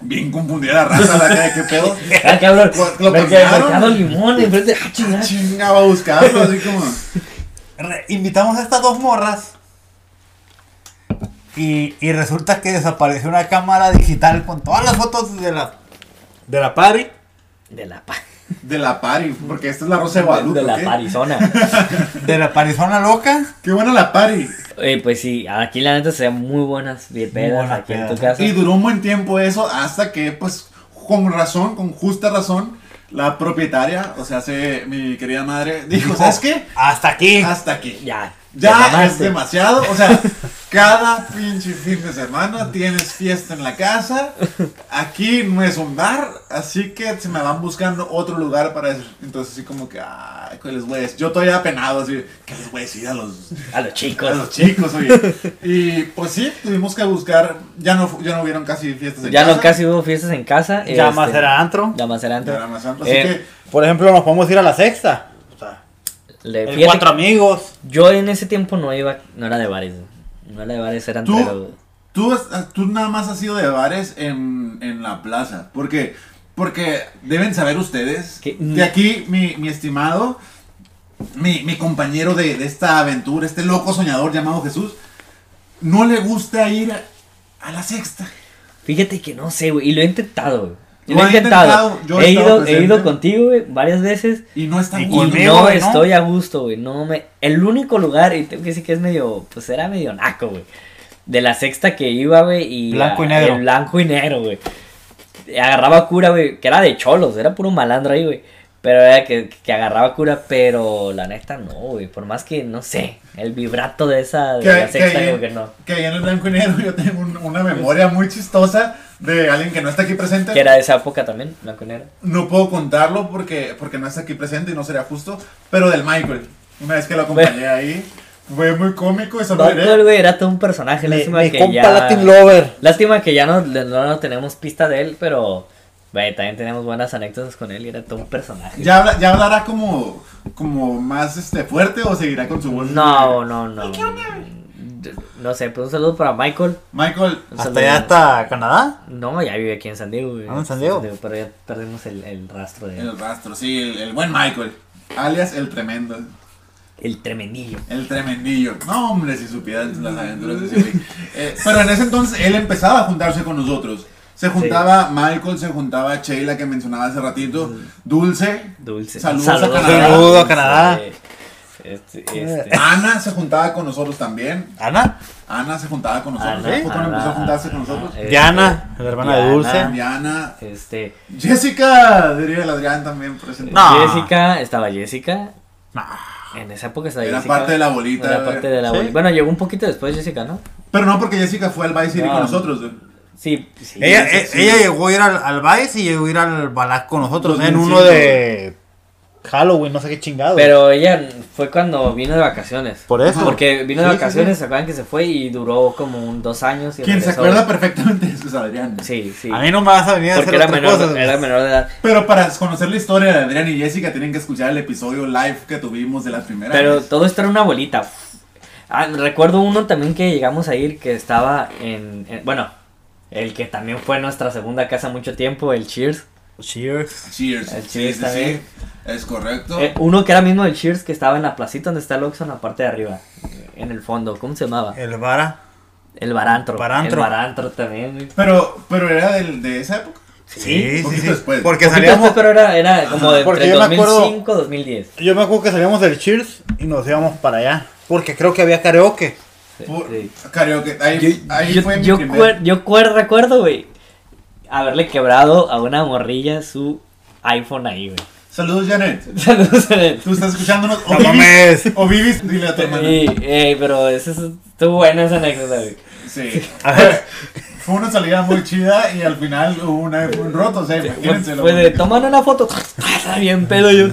B: Bien confundida la raza, la cara, qué pedo.
C: Ah, cabrón,
B: Lo- lo
C: mercado-
B: pasearon.
C: mercado Limón, enfrente, ah, chingada.
B: Chinga, va a buscarlo, así como.
D: Re- invitamos a estas dos morras. Y, y resulta que desapareció una cámara digital con todas las fotos de la, de la party.
C: De la, pa-
B: De la pari, porque esta es la Rosa de Guadalupe.
C: de la
B: ¿qué?
C: Parizona.
D: De la parizona loca.
B: Qué buena la pari.
C: Oye, pues sí, aquí la neta se dan muy buenas
D: Muy
C: pedas
D: buenas
C: aquí en
D: pedas.
C: tu casa.
B: Y duró un buen tiempo eso, hasta que, pues, con razón, con justa razón, la propietaria, o sea, se- mi querida madre, dijo: ¿Sabes qué?
D: Hasta aquí.
B: Hasta aquí.
C: Ya, te
B: Ya
C: mamaste.
B: es demasiado, o sea, cada pinche fin de semana tienes fiesta en la casa. Aquí no es un bar, así que se me van buscando otro lugar para eso. Entonces, así como que, ay, ¿qué les voy a decir? Yo estoy apenado, así, ¿qué les voy a decir a los,
C: A los chicos.
B: a los chicos, oye? Y pues sí, tuvimos que buscar, ya no, fu- ya no hubieron casi fiestas en
C: ya
B: Este, casa.
C: no casi hubo fiestas en casa.
D: Ya
C: este,
D: más era antro.
C: Ya más era antro.
B: Ya era más santo, así
C: Eh,
D: Por ejemplo, nos podemos ir a la sexta. O sea,
C: le-
D: el
C: fíjate
D: cuatro amigos.
C: Yo en ese tiempo no iba, no era de bares, güey. no era de bares, eran
B: que tú,
C: antreros.
B: tú, has- tú nada más has ido de bares en, en la plaza, porque... Porque deben saber ustedes
C: ¿Qué?
B: que aquí mi, mi estimado, mi, mi compañero de, de esta aventura, este loco soñador llamado Jesús, no le gusta ir a, a la sexta.
C: Fíjate que no sé, güey, y lo he intentado, güey.
B: Lo
C: Lo, he
B: he
C: intentado.
B: intentado, yo he
C: he,
B: estado
C: ido, he
B: presente.
C: ido contigo, güey, varias veces.
B: Y no está
D: Y
C: Y
B: cool.
D: conmigo,
C: no
D: güey, ¿no?
C: estoy a gusto, güey. No me... El único lugar, y tengo que decir que es medio, pues era medio naco, güey. De la sexta que iba, güey, y...
D: Blanco y
C: la-
D: negro.
C: el blanco y negro, güey. Agarraba cura, güey, que era de cholos, era puro malandro ahí, güey. Pero era que, que agarraba cura, pero la neta no, güey. Por más que, no sé, el vibrato de esa de
B: Que,
C: la
B: ahí- que,
C: sexta,
B: ahí-
C: como que no.
B: que ahí en el blanco y negro yo tengo un- una memoria muy chistosa de alguien que no está aquí presente.
C: Que era de esa época también, blanco y negro.
B: No puedo contarlo porque, porque no está aquí presente y no sería justo, pero del Michael. Una vez que lo acompañé ahí, fue muy cómico eso no
C: Michael,
B: diré.
C: güey, era todo un personaje.
D: Mi,
C: Lástima
D: mi
C: que
D: compa
C: ya.
D: Latin Lover.
C: Lástima que ya no, no, no tenemos pista de él, pero. Güey, también tenemos buenas anécdotas con él y era todo un personaje.
B: ¿Ya, habla- ya hablará como, como más este, fuerte o seguirá con su voz?
C: No, no, no. No sé, pues un saludo para Michael.
B: Michael,
C: Un
D: ¿Hasta
C: saludo.
D: allá hasta Canadá?
C: No, ya vive aquí en San Diego. güey.
D: Ah, en San Diego.
C: Pero ya perdimos el, el rastro de él.
B: el rastro, sí, el, el buen Michael, alias el tremendo.
C: El tremendillo.
B: El tremendillo. No, hombre, si supieran las aventuras de ese güey. Eh, pero en ese entonces él empezaba a juntarse con nosotros. Se juntaba Michael, se juntaba Sheila, que mencionaba hace ratito, Dulce,
C: Dulce.
B: Saludos
C: Saludo
B: a Canadá.
D: Saludo a Canadá.
C: Este, este.
B: Ana se juntaba con nosotros también.
D: ¿Ana?
B: Ana se juntaba con nosotros.
C: Ana,
B: ¿Fue cuando
C: Ana,
B: empezó a juntarse
C: Ana,
B: con nosotros?
C: este,
D: Diana, la hermana de Dulce.
C: Diana,
B: Diana.
C: Este,
B: Jessica, diría el Adrián también presente.
D: No.
C: Jessica, estaba Jessica.
D: No.
C: En esa época estaba
B: Era
C: Jessica.
B: parte de la bolita,
C: Era
B: güey.
C: parte de la
D: Sí.
C: bolita. Bueno, llegó un poquito después Jessica, ¿no?
B: Pero no porque Jessica fue al Vice City
C: No.
B: con nosotros. güey.
C: Sí, sí.
D: Ella,
B: sí,
D: eh,
B: sí.
D: ella llegó a ir al, al Vice y llegó a ir al Balac con nosotros ¿eh? en
B: 2005,
D: uno de Halloween, no sé qué chingado.
C: Pero ella fue cuando vino de vacaciones.
D: Por eso.
C: Porque vino de
D: Sí, sí,
C: vacaciones, se acuerdan que se fue y duró como un dos años. y
B: Quien se
C: regresó.
B: acuerda perfectamente de eso es Adrián.
C: Sí, sí.
D: a mí no me vas a venir a
C: Porque
D: hacer
C: era
D: otra
C: menor,
D: cosa.
C: era menor de edad.
B: Pero para conocer la historia de Adrián y Jessica tienen que escuchar el episodio live que tuvimos de la primera
C: Pero
B: vez.
C: todo esto era una bolita. Ah, recuerdo uno también que llegamos a ir que estaba en, en- Bueno, el que también fue nuestra segunda casa mucho tiempo, el Cheers.
D: Cheers.
B: Cheers.
C: El
B: Sí,
C: Cheers
B: sí, sí,
C: también.
B: Es correcto.
C: Eh, uno que era mismo del Cheers que estaba en la placita donde está el Oxxo en la parte de arriba. En el fondo, ¿cómo se llamaba?
D: El Vara.
C: El Barantro.
D: Barantro.
C: El Barantro también. güey.
B: Pero, pero era del- de esa época.
C: Sí,
D: Sí, sí,
B: poquito
D: sí.
B: después.
D: Porque
C: Poquito después,
D: salíamos.
C: pero era, era como de
D: Porque
C: entre
D: yo me acuerdo-
C: 2005 2010.
D: Yo me acuerdo que salíamos del Cheers y nos íbamos para allá. Porque creo que había karaoke.
C: Sí,
B: Por-
C: sí.
B: Karaoke. Ahí, ahí
C: yo,
B: fue mi
C: yo
B: primer-
C: cuer- yo cuer- recuerdo, güey, haberle quebrado a una morrilla su iPhone ahí, güey.
B: Saludos, Janet.
C: Saludos a él.
B: Tú estás escuchándonos. O
D: No
B: vivis-
D: mames.
B: O vivis, dile a tu hermana.
C: Sí, ey, pero eso es, estuvo buena esa anécdota, güey.
B: Sí.
D: A ver.
B: Fue una salida muy chida y al final hubo una, fue un roto. O sea,
C: Fue,
B: imagínense. lo
C: fue de
B: que-
C: tomar una foto, Ah, está bien pedo yo.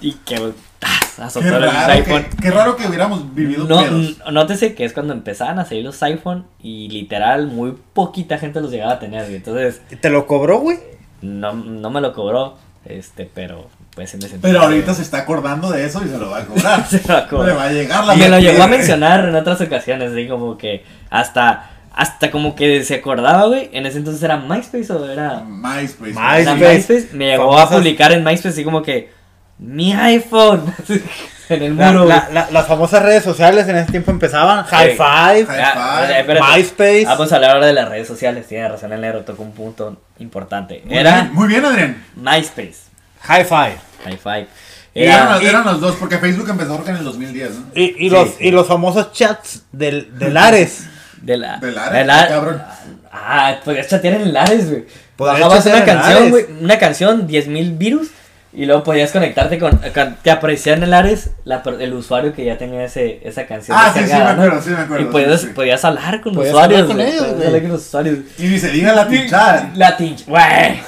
C: Y que tas, azotó
B: Qué
C: el
B: raro,
C: iPhone.
B: que, qué raro que hubiéramos vivido
C: No,
B: pedos.
C: n- nótese que es cuando empezaban a salir los iPhone y literal muy poquita gente los llegaba a tener, güey. Entonces,
D: ¿Te lo cobró, güey?
C: no, no me lo cobró, este, pero pues en ese
B: Pero ahorita se está acordando de eso y se lo va a cobrar.
C: Se lo va a cobrar.
B: Le va a llegar la
C: me lo
B: mentira.
C: llegó a mencionar en otras ocasiones, así como que hasta, hasta como que se acordaba, güey. En ese entonces era MySpace o era...
B: MySpace.
D: MySpace.
C: era MySpace. Me llegó
D: Famosas-
C: a publicar en MySpace así como que... Mi iPhone. en el
D: La-
C: muro. güey.
D: la- la- las famosas redes sociales en ese tiempo empezaban. High
C: Sí.
D: Five.
B: High
C: Ah,
B: Five,
C: espérate.
D: MySpace.
C: Vamos a hablar ahora de las redes sociales. Tiene razón, el negro tocó un punto importante.
B: Muy
C: Era
B: bien, muy bien, Adrián.
C: MySpace.
D: High Five.
C: High five.
B: Y eran,
C: Era,
B: los- eran los dos, porque Facebook empezó en el 2010, ¿no?
D: Y,
C: Sí,
D: y los,
C: sí.
D: y los famosos chats del, del Ares.
C: de la.
B: De Lares,
C: de la-
B: cabrón.
C: Ah, podías chatear en Lares, güey.
D: Podías
C: Bajabas una
D: chatear en
C: canción,
D: Lares.
C: güey. Una canción, 10.000 virus. Y luego podías conectarte con. con- te aparecía en el Ares la per- el usuario que ya tenía ese, esa canción.
B: Ah, sí, sí, me
C: descargada, ¿no?
B: acuerdo, sí, me acuerdo.
C: Y podías,
B: sí, sí.
C: podías hablar con
D: Podías
C: usuarios.
D: hablar con
C: güey,
D: ellos,
C: podías
D: güey.
C: hablar con los usuarios.
B: Y ni se diga la tinchada.
C: La tinch. Güey.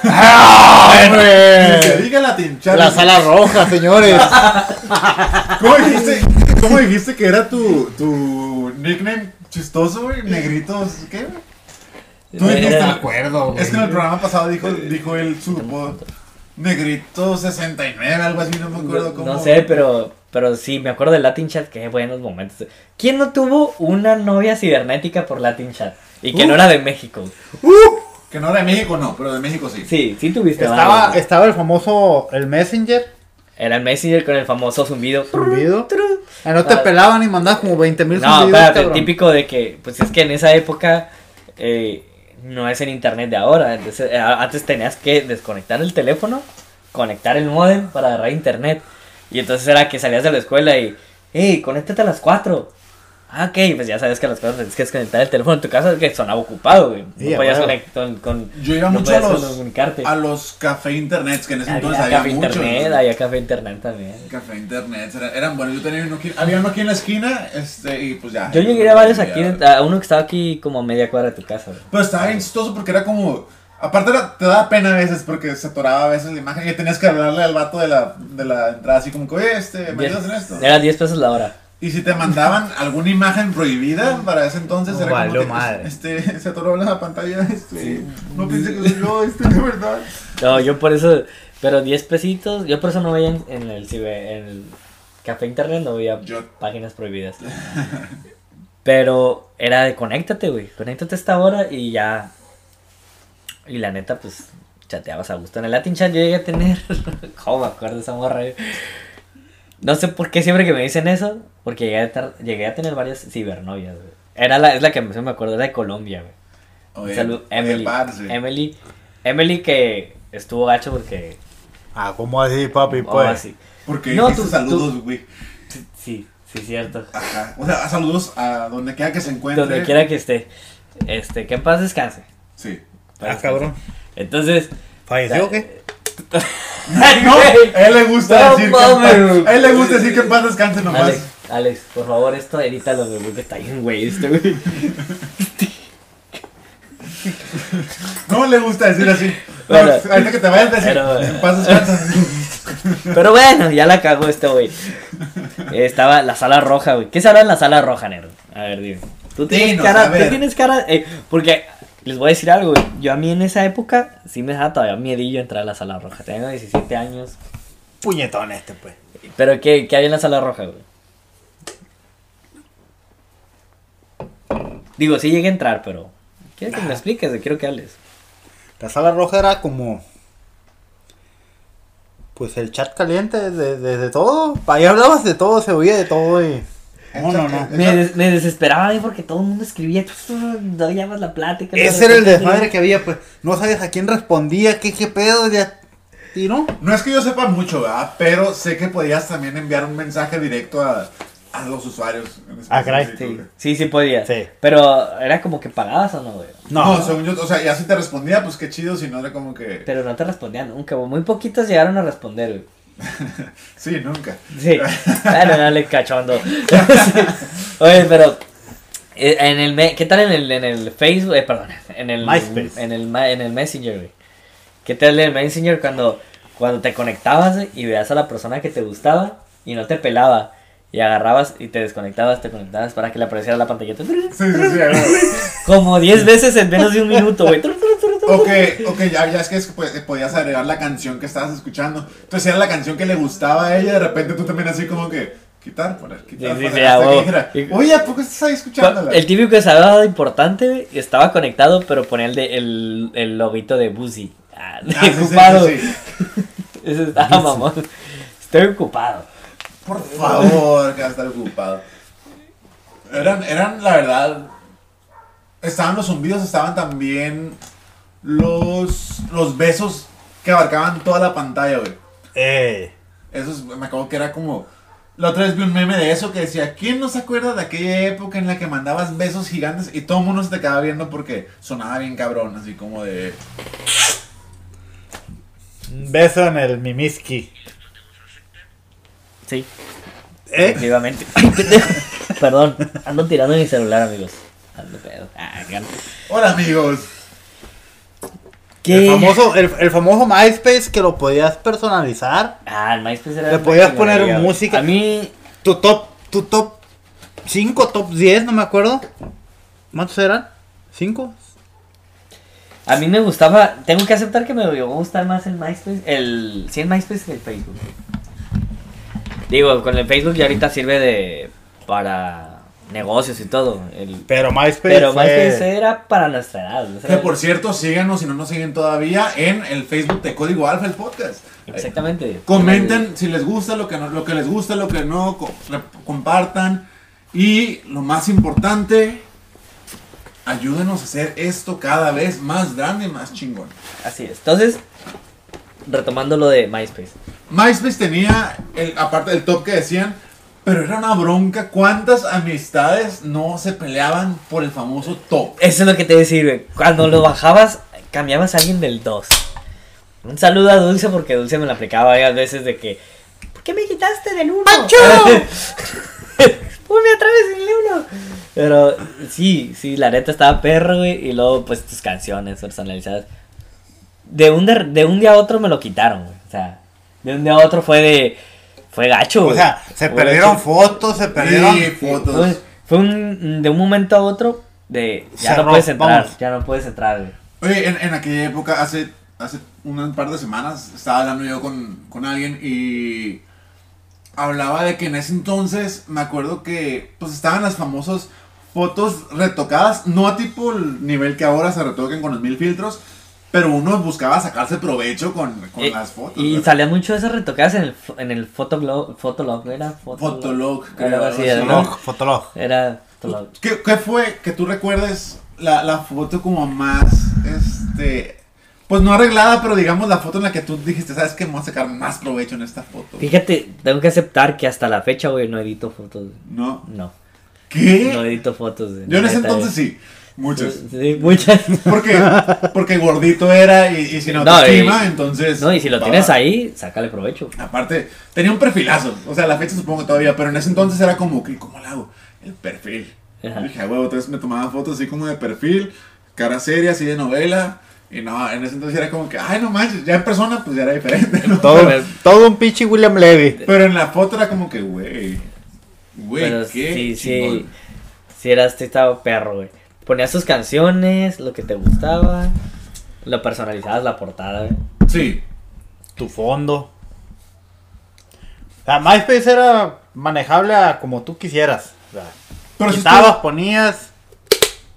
C: Ah,
B: Ni se
D: ¡Hombre!
B: diga la tinchada.
D: La sala roja, señores.
B: ¿Cómo dijiste, cómo dijiste que era tu, tu nickname chistoso, güey? Negritos, ¿qué? Tú dijiste
C: Era-
B: la cu-
D: acuerdo,
B: Es que en el programa pasado dijo, dijo él su apodo, Negrito 69, algo así, no me acuerdo cómo.
C: No sé, pero, pero sí, me acuerdo del Latin Chat, qué buenos momentos. ¿Quién no tuvo una novia cibernética por Latin Chat? Y
B: Uh.
C: que no era de México.
B: Que no era de México, no, pero de México sí.
C: Sí, sí tuviste
D: Estaba,
C: varios.
D: estaba el famoso, el Messenger.
C: Era el Messenger con el famoso zumbido.
D: Zumbido. Ah, no te
C: Ah.
D: pelaban y mandabas como 20 mil
C: No, espérate, típico de que, pues es que en esa época eh, no es el internet de ahora. Entonces, eh, a- antes tenías que desconectar el teléfono, conectar el modem para agarrar internet. Y entonces era que salías de la escuela y, hey, conéctate a las 4. Ah, ok, pues ya sabes que las cosas tenías que desconectar el teléfono en tu casa que sonaba ocupado, güey. No
D: Sí, a
C: podías
D: huevo.
C: conectar con, con-
B: Yo iba
C: no
B: mucho a
C: podías
B: los,
C: comunicarte.
B: a los café internets, que en ese entonces había,
C: había café
B: muchos.
C: internet, había café internet también.
B: Café internet, era- eran buenos. Yo tenía uno aquí, había uno aquí en la esquina, este, y pues ya.
C: Yo llegué a varios aquí,
B: Ya.
C: a uno que estaba aquí como a media cuadra de tu casa, güey.
B: Pero estaba bien chistoso porque era como. Aparte, era- te daba pena a veces porque se atoraba a veces la imagen y tenías que hablarle al vato de la, de la entrada, así como que, oye, este, ¿me ayudas en esto?
C: Era 10 pesos la hora.
B: Y si te mandaban alguna imagen prohibida para ese entonces, era como.
D: Valió
B: que,
D: madre.
B: Este, se atoró la pantalla, este. No pensé que soy yo, este, de verdad.
C: No, yo por eso, pero 10 pesitos, yo por eso no veía en, en el ciber- en el café internet, no veía
B: Yo-
C: páginas prohibidas. Pero era de conéctate, güey, conéctate a esta hora y ya. Y la neta, pues, chateabas a gusto. En el Latin chat yo llegué a tener, ¿cómo me acuerdo de esa morra? güey? No sé por qué siempre que me dicen eso, porque llegué a, tar- llegué a tener varias cibernovias, güey. Era la, es la que me me acuerdo, era de Colombia, güey. Un
B: Oye,
C: saludo,
B: oye,
C: Emily. Em-
B: parce.
C: Emily. Emily que estuvo gacho porque.
D: Ah, ¿cómo así, papi?
C: oh,
D: Pues.
C: así.
B: Porque
C: No,
B: no,
C: tú-
B: saludos, güey.
C: Sí, sí, cierto.
B: Ajá. O sea, saludos a donde quiera que se encuentre.
C: Donde quiera que esté. Este, que en paz descanse.
B: Sí.
D: Ah, cabrón.
C: Entonces.
D: ¿Falleció o qué?
B: No, Eh, a él le gusta
C: No
B: decir que en paz-
C: mames.
B: a él le gusta decir que en paz descanse nomás.
C: Alex, Alex, por favor, esto edítalo, güey, porque está bien, güey, este, güey.
B: No le gusta decir así.
C: Bueno.
B: No, ahorita que te vayas a decir,
C: Pero- eh,
B: en paz descansa.
C: Pero bueno, ya la cagó este, güey. Eh, Estaba la sala roja, güey. ¿Qué se habla en la sala roja, Nero? A ver, dime. Tú tienes
B: Dinos, a
C: cara,
B: ver.
C: tú tienes cara. eh, porque les voy a decir algo, güey. Yo a mí en esa época sí me dejaba todavía miedillo entrar a la sala roja. Tenía 17 años.
D: Puñetón este, pues.
C: Pero ¿qué, qué había en la sala roja, güey? Digo, sí llegué a entrar, pero. Quiero que me expliques, güey, quiero que hables.
D: La sala roja era como. Pues el chat caliente de, de, de todo. Ahí hablabas de todo, se oía de todo y. No, no, no.
C: Me, des- me desesperaba, güey, porque todo el mundo escribía. No llamas la plática. no
D: Ese era el
C: respetas,
D: desmadre que había, pues. No sabías a quién respondía, qué, qué pedo, ya. ¿Y no?
B: No es que yo sepa mucho, ¿verdad? Pero sé que podías también enviar un mensaje directo a, a los usuarios. en
D: Ah, caray,
B: específico,
C: Sí,
B: güey.
C: sí, sí podía.
D: Sí.
C: Pero era como que pagabas o no, güey.
B: No, según yo, o sea, ya si te respondía, pues qué chido, si no era como que.
C: Pero no te respondían nunca, güey. Muy poquitos llegaron a responder, güey.
B: Sí, nunca.
C: Sí. Bueno, no le cachondo. Sí. Oye, pero. eh, En el me- ¿Qué tal en el, en el Facebook? Eh, perdón, en el,
D: MySpace.
C: en el ma- en el Messenger, güey. ¿Qué tal en el Messenger cuando, cuando te conectabas güey, y veías a la persona que te gustaba y no te pelaba? Y agarrabas y te desconectabas, te conectabas para que le apareciera la pantallita.
B: Sí, sí, sí. güey.
C: Como 10 veces en menos de un minuto, güey.
B: O que, o que ya, ya es que es- pues, podías agregar la canción que estabas escuchando. Entonces, si era la canción que le gustaba a ella, de repente tú también así como que quitar, poner, quitar,
C: Sí, sí,
B: poner,
C: sí,
B: hasta
C: a
B: que
C: huevo.
B: dijera,
C: Y-
B: Oye, ¿a poco estás ahí escuchándola?
C: El típico que sabía importante güey, estaba conectado, pero ponía el, de, el, el loguito de Buzzy. Ah,
B: Ah, sí, sí,
C: ocupado.
B: sí, sí.
C: Eso estaba mamón. Estoy ocupado.
B: Por favor, que va a estar ocupado. Eran, eran, la verdad, estaban los zumbidos, estaban también los, los besos que abarcaban toda la pantalla, güey.
D: Eh.
B: Eso es- me acabo que era como. La otra vez vi un meme de eso que decía: ¿Quién no se acuerda de aquella época en la que mandabas besos gigantes y todo el mundo se te quedaba viendo porque sonaba bien cabrón, así como de.
D: Un beso en el Mimiski.
C: Sí,
D: ¿Eh?
C: efectivamente. Ay, pendejo. Perdón, ando tirando mi celular, amigos. Ando pedo. Ah, gan-
B: Hola amigos.
C: ¿Qué?
D: El famoso, el, el famoso MySpace que lo podías personalizar.
C: Ah, el MySpace era.
D: Le
C: una
D: podías poner
C: chingonería, güey.
D: música.
C: A mí,
D: Tu top, tu top 5, top 10, no me acuerdo. ¿Cuántos eran? ¿5?
C: a mí me gustaba. Tengo que aceptar que me llegó a gustar más el MySpace. El, sí, el MySpace que el Facebook. Digo, con el Facebook ya ahorita sirve de. para negocios y todo. El,
D: Pero MySpace.
C: pero
D: fue-
C: MySpace era para nuestra edad. ¿no?
B: Que por cierto, síganos si no nos siguen todavía en el Facebook de Código Alfa, el podcast. Eh,
C: Exactamente.
B: Comenten si les gusta, lo que, no, lo que les gusta, lo que no, co- re- compartan. Y lo más importante, ayúdenos a hacer esto cada vez más grande y más chingón.
C: Así es. Entonces, retomando lo de MySpace.
B: MySpace tenía, el, aparte del top que decían, Pero era una bronca. ¿Cuántas amistades no se peleaban por el famoso top?
C: Eso es lo que te decía, güey. Cuando lo bajabas, cambiabas a alguien del 2. Un saludo a Dulce porque Dulce me la aplicaba varias veces de que. ¿Por qué me quitaste del 1? ¡Pancho! Ponme otra vez en el 1. Pero sí, sí, la neta estaba perro, güey. Y luego, pues tus canciones personalizadas. De un, de, de un día a otro me lo quitaron, güey. O sea, de un día a otro fue de. Fue gacho,
D: O
C: güey.
D: sea, se
C: Fue
D: perdieron
C: gacho.
D: fotos, se perdieron.
B: Sí,
C: Fue,
B: fotos.
C: fue un, de un momento a otro de ya
D: Cerró,
C: no puedes entrar,
D: vamos.
C: ya no puedes entrar, güey.
B: Oye, en, en aquella época, hace, hace un par de semanas, estaba hablando yo con, con alguien y hablaba de que en ese entonces, me acuerdo que pues estaban las famosas fotos retocadas, no a tipo el nivel que ahora se retoquen con los mil filtros, pero uno buscaba sacarse provecho con, con
C: Eh,
B: las fotos.
C: Y
B: ¿verdad?
C: salían mucho esas retocadas en el, fo- en el Fotolog, Fotolog, ¿no era? Fotolog.
B: Fotolog,
C: Era
B: creo,
C: así,
B: algo así,
C: ¿no?
D: Fotolog, fotolog.
C: Era Fotolog.
B: ¿Qué, qué fue que tú recuerdes la, la foto como más, este, pues no arreglada, pero digamos la foto en la que tú dijiste, ¿sabes qué? Me voy a sacar más provecho en esta foto.
C: Fíjate, tengo que aceptar que hasta la fecha, güey, no edito fotos. güey.
B: No.
C: No, no
B: ¿Qué?
C: edito fotos. güey.
B: Yo en
C: La
B: ese
C: neta,
B: entonces
C: güey.
B: sí. Muchas.
C: Sí, muchas.
B: Porque, porque gordito era y, y sin
C: No,
B: autoestima,
C: y-
B: entonces.
C: No, y si lo
B: va.
C: tienes ahí, sácale provecho.
B: Aparte, tenía un perfilazo. O sea, a la fecha supongo que todavía, pero en ese entonces era como, que ¿cómo lo hago? El perfil.
C: Ajá.
B: Dije, "Ah, huevo, entonces me tomaba fotos así como de perfil, cara seria, así de novela. Y no, en ese entonces era como que, ay, no manches, ya en persona pues ya era diferente, ¿no?
D: Todo, todo un pinche William Levy.
B: Pero en la foto era como que, güey,
C: Pero
B: güey, qué
C: sí, sí.
B: chingón.
C: Sí, eras te estaba perro, güey. Ponías tus canciones, lo que te gustaba. Lo personalizabas la portada, güey.
B: Sí,
D: Tu fondo. O sea, MySpace era manejable a como tú quisieras. O sea,
B: Pero sí
D: quitabas,
B: estuvo,
D: ponías.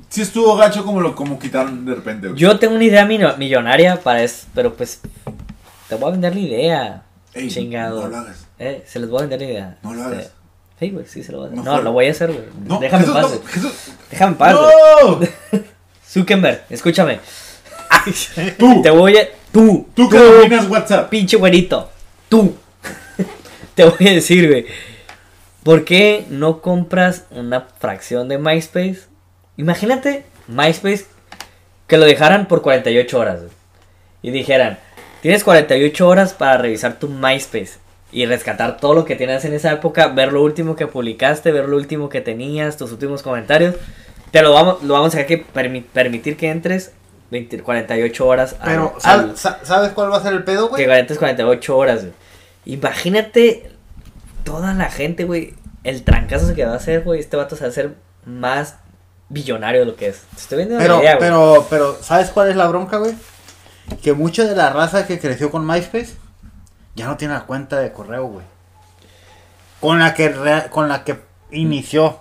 B: sí estuvo gacho como lo como quitaron de repente, güey.
C: Yo tengo una idea mino- millonaria para eso, pero pues te voy a vender la idea.
B: Ey,
C: chingado.
B: no lo hagas.
C: Eh, se les voy a vender la idea.
B: No lo
C: Este,
B: hagas.
C: Sí, güey, sí se lo voy a hacer.
B: Mejor.
C: No, lo voy a hacer, güey.
B: No,
C: Déjame en
B: Jesús,
C: paz.
B: no,
C: güey.
B: Jesús.
C: Déjame en paz. güey.
B: ¡No!
C: Zuckerberg, escúchame.
B: Tú,
C: Te voy a. Tú,
B: tú que dominas WhatsApp.
C: pinche güerito. Tú. te voy a decir, güey. ¿Por qué no compras una fracción de MySpace? Imagínate MySpace que lo dejaran por 48 horas. güey. Y dijeran, tienes 48 horas para revisar tu MySpace. Y rescatar todo lo que tenías en esa época, ver lo último que publicaste, ver lo último que tenías, tus últimos comentarios. Te lo vamos, lo vamos a tener que permi- permitir que entres 20 48 horas al-
D: Pero,
C: al-
D: ¿sab- sa- ¿sabes cuál va a ser el pedo,
C: que
D: güey?
C: garantes 48 horas, güey. Imagínate toda la gente, güey. El trancazo que va a hacer, güey. Este vato se va a hacer más billonario de lo que es. Te estoy viendo
D: Pero,
C: una idea, güey.
D: pero, pero, ¿sabes cuál es la bronca, güey? Que mucha de la raza que creció con MySpace ya no tiene la cuenta de correo, güey. Con la que, re- con la que inició.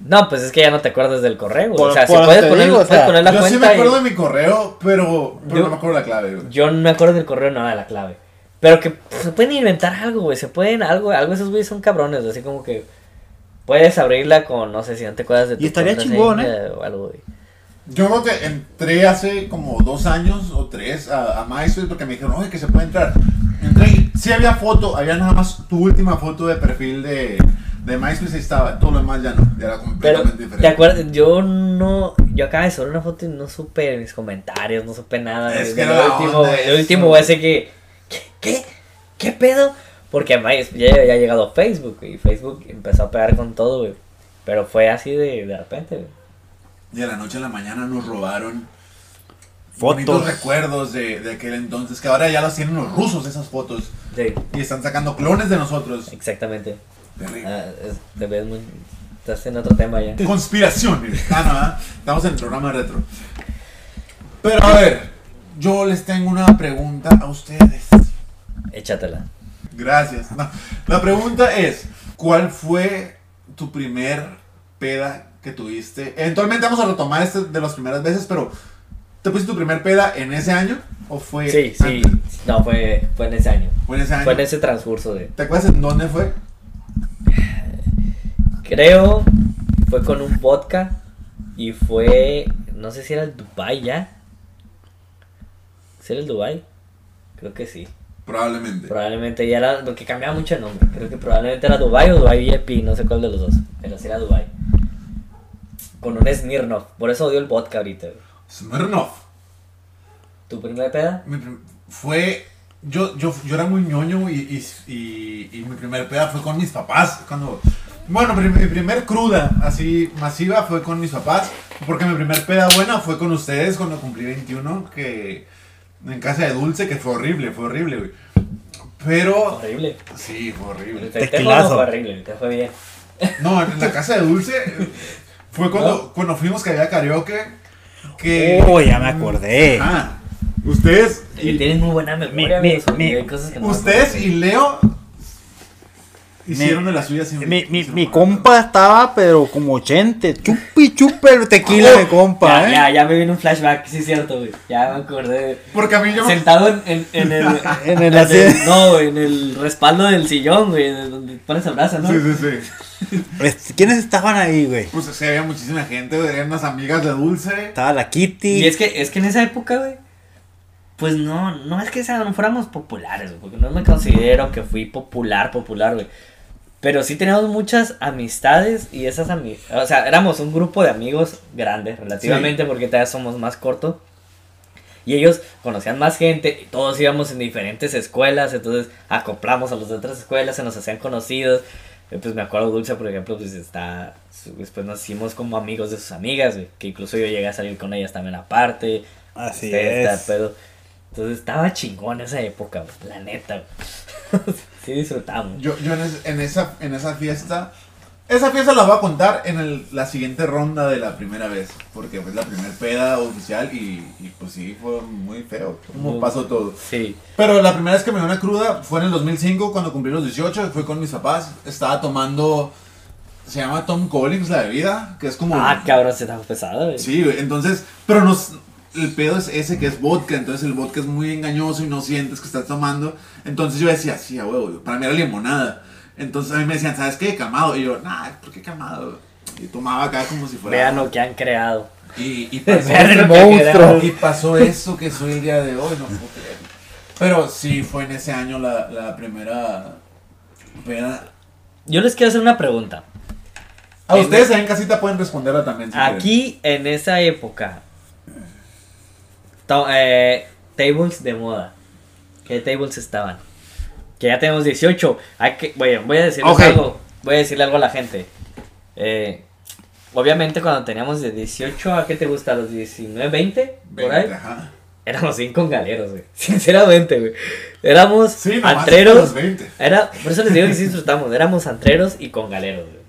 C: No, pues es que ya no te acuerdas del correo, güey.
D: Por-
C: O sea, si
D: por
C: puedes
D: te
C: poner,
D: digo, o
C: puedes
D: sea,
C: poner la
B: Yo
C: cuenta.
B: sí me acuerdo
C: y-
B: de mi correo, pero, pero
C: Yo-
B: no me acuerdo la clave, güey.
C: Yo no me acuerdo del correo, no de la clave. Pero que pff, se pueden inventar algo, güey. Se pueden algo, algo. Esos güeyes son cabrones, así como que. Puedes abrirla con, no sé si no te acuerdas de
D: Y estaría
C: contraseña
D: chingón, ¿eh?
C: O algo, güey.
B: Yo creo que entré hace como dos años o tres a, a MySpace porque me dijeron, oye, que se puede entrar. Entré y sí había foto, había nada más tu última foto de perfil de, de MySpace y estaba, todo lo demás ya no, ya era
C: Pero,
B: completamente
C: ¿te
B: diferente.
C: acuerdas? Yo no. Yo acabé de subir una foto y no supe mis comentarios, no supe nada.
B: Es que
C: güey, de
B: era
C: lo
B: la
C: último,
B: onda
C: güey.
B: eso.
C: Lo último, güey, así que. ¿Qué? ¿Qué, ¿Qué pedo? Porque además ya ya había llegado Facebook y Facebook empezó a pegar con todo, güey. Pero fue así de, de repente, güey.
B: Y de la noche a la mañana nos robaron
D: Fotos.
B: bonitos recuerdos de, de aquel entonces, que ahora ya los tienen los rusos esas fotos
C: Sí,
B: y están sacando clones de nosotros.
C: exactamente.
B: Terrible.
C: Ah, es- te ves muy- Estás en otro tema ya.
B: Conspiraciones. Ah, no, ¿verdad? Estamos en el programa retro. Pero a ver, yo les tengo una pregunta a ustedes.
C: Échatela.
B: Gracias. No, La pregunta es, ¿cuál fue tu primer peda que tuviste? Eventualmente vamos a retomar este de las primeras veces, pero ¿te pusiste tu primer peda en ese año o fue
C: Sí, sí.
B: antes?
C: No, fue, fue en ese año.
B: Fue en ese año.
C: Fue en ese transcurso de.
B: ¿Te acuerdas en dónde fue?
C: Creo fue con un vodka y fue. No sé si era el Dubai ya. ¿Si era el Dubai? Creo que sí.
B: Probablemente.
C: Probablemente ya era, porque cambiaba mucho el nombre. Creo que probablemente era Dubai o Dubai VIP, no sé cuál de los dos. Pero sí era Dubai. Con un Smirnoff. Por eso odio el vodka ahorita. güey.
B: Smirnoff.
C: ¿Tu primera peda?
B: Mi prim- fue. Yo, yo, yo era muy ñoño güey, y, y, y mi primer peda fue con mis papás. Cuando, bueno, pri- mi primer cruda así masiva fue con mis papás. Porque mi primer peda buena fue con ustedes cuando cumplí 21. Que en casa de Dulce, que fue horrible, fue horrible, güey. Pero.
C: Horrible.
B: Sí, fue horrible.
C: Te- te-
D: Tequilazo.
C: fue horrible, te fue bien.
B: No, en la casa de Dulce eh, fue cuando,
C: ¿No?
B: cuando fuimos que había karaoke. Que,
D: Oh, ya me acordé.
B: Ah, ustedes.
C: Y tienes muy buena memoria,
D: mi-
C: amigos,
D: mi-
C: y hay cosas que no me
B: Ustedes
C: acuerdo.
B: y Leo hicieron de las suyas. sin-
D: Mi, mi-
B: sin
D: mi
B: parar.
D: compa estaba, pero como 80. Chupi, chupe el tequila de compa,
C: Ah, Ya,
D: ¿eh?
C: ya, ya me viene un flashback, sí es cierto, güey. Ya me acordé.
B: Porque a mí yo.
C: Sentado en, en, en el.
D: En el asiento.
C: No, güey, en el respaldo del sillón, güey, de donde pones el brazo, ¿no?
B: Sí, sí, sí.
D: Este, ¿Quiénes estaban ahí, güey?
B: Pues sí, había muchísima gente, había unas amigas de Dulce.
D: Estaba la Kitty.
C: Y es que, es que en esa época, güey, pues no, no es que sean, fuéramos populares, güey, porque no me considero que fui popular, popular, güey. Pero sí teníamos muchas amistades y esas amistades, o sea, éramos un grupo de amigos grandes relativamente porque todavía somos más cortos. Y ellos conocían más gente, y todos íbamos en diferentes escuelas, entonces acoplamos a los de otras escuelas, se nos hacían conocidos. Eh, Pues me acuerdo Dulce, por ejemplo, pues está, su- después nos hicimos como amigos de sus amigas, güey, que incluso yo llegué a salir con ellas también aparte.
D: Así
C: Este,
D: es.
C: este pedo. Entonces estaba chingón esa época, güey, la neta. güey. sí disfrutamos.
B: Yo, yo en, es- en esa, en esa fiesta. Esa fiesta la voy a contar en el- la siguiente ronda de la primera vez. Porque fue la primera peda oficial y, y pues sí, fue muy feo. Como
C: Muy-
B: pasó todo.
C: Sí,
B: Pero la primera vez que me dio una cruda fue en el 2005, cuando cumplí los 18, fue con mis papás. Estaba tomando, se llama Tom Collins la bebida, que es como...
C: ah, cabrón, se estaba pesado, güey.
B: Sí, güey, entonces, pero nos, el pedo es ese que es vodka, entonces el vodka es muy engañoso y no sientes que estás tomando. Entonces yo decía, sí, a huevo, para mí era limonada. Entonces a mí me decían, ¿sabes qué? Camado. Y yo, nah, ¿por qué camado? Y tomaba acá como si fuera...
C: Vean lo que han creado.
B: Y, y pasó
C: Vean el
B: eso que
C: monstruo.
B: quedaba- Y pasó eso que soy el día de hoy, no puedo creer. Pero sí, fue en ese año la, la primera. peda.
C: Yo les quiero hacer una pregunta.
B: A ustedes ahí en casita pueden responderla también. si
C: Aquí, en esa época, to- eh, tables de moda. ¿Qué tables estaban? Que ya tenemos 18. Hay que, bueno, voy a decirles
D: Ok.
C: algo. Voy a decirle algo a la gente. Eh, obviamente, cuando teníamos de 18 a qué te gusta, los 19, 20,
B: quieren.
C: por ahí,
B: Veinte, ajá.
C: éramos cinco galeros, güey. Sinceramente, güey. Éramos
B: Sí, nomás a
C: antreros.
B: los 20.
C: Era, por eso les digo que sí disfrutamos. Éramos antreros y con galeros, güey.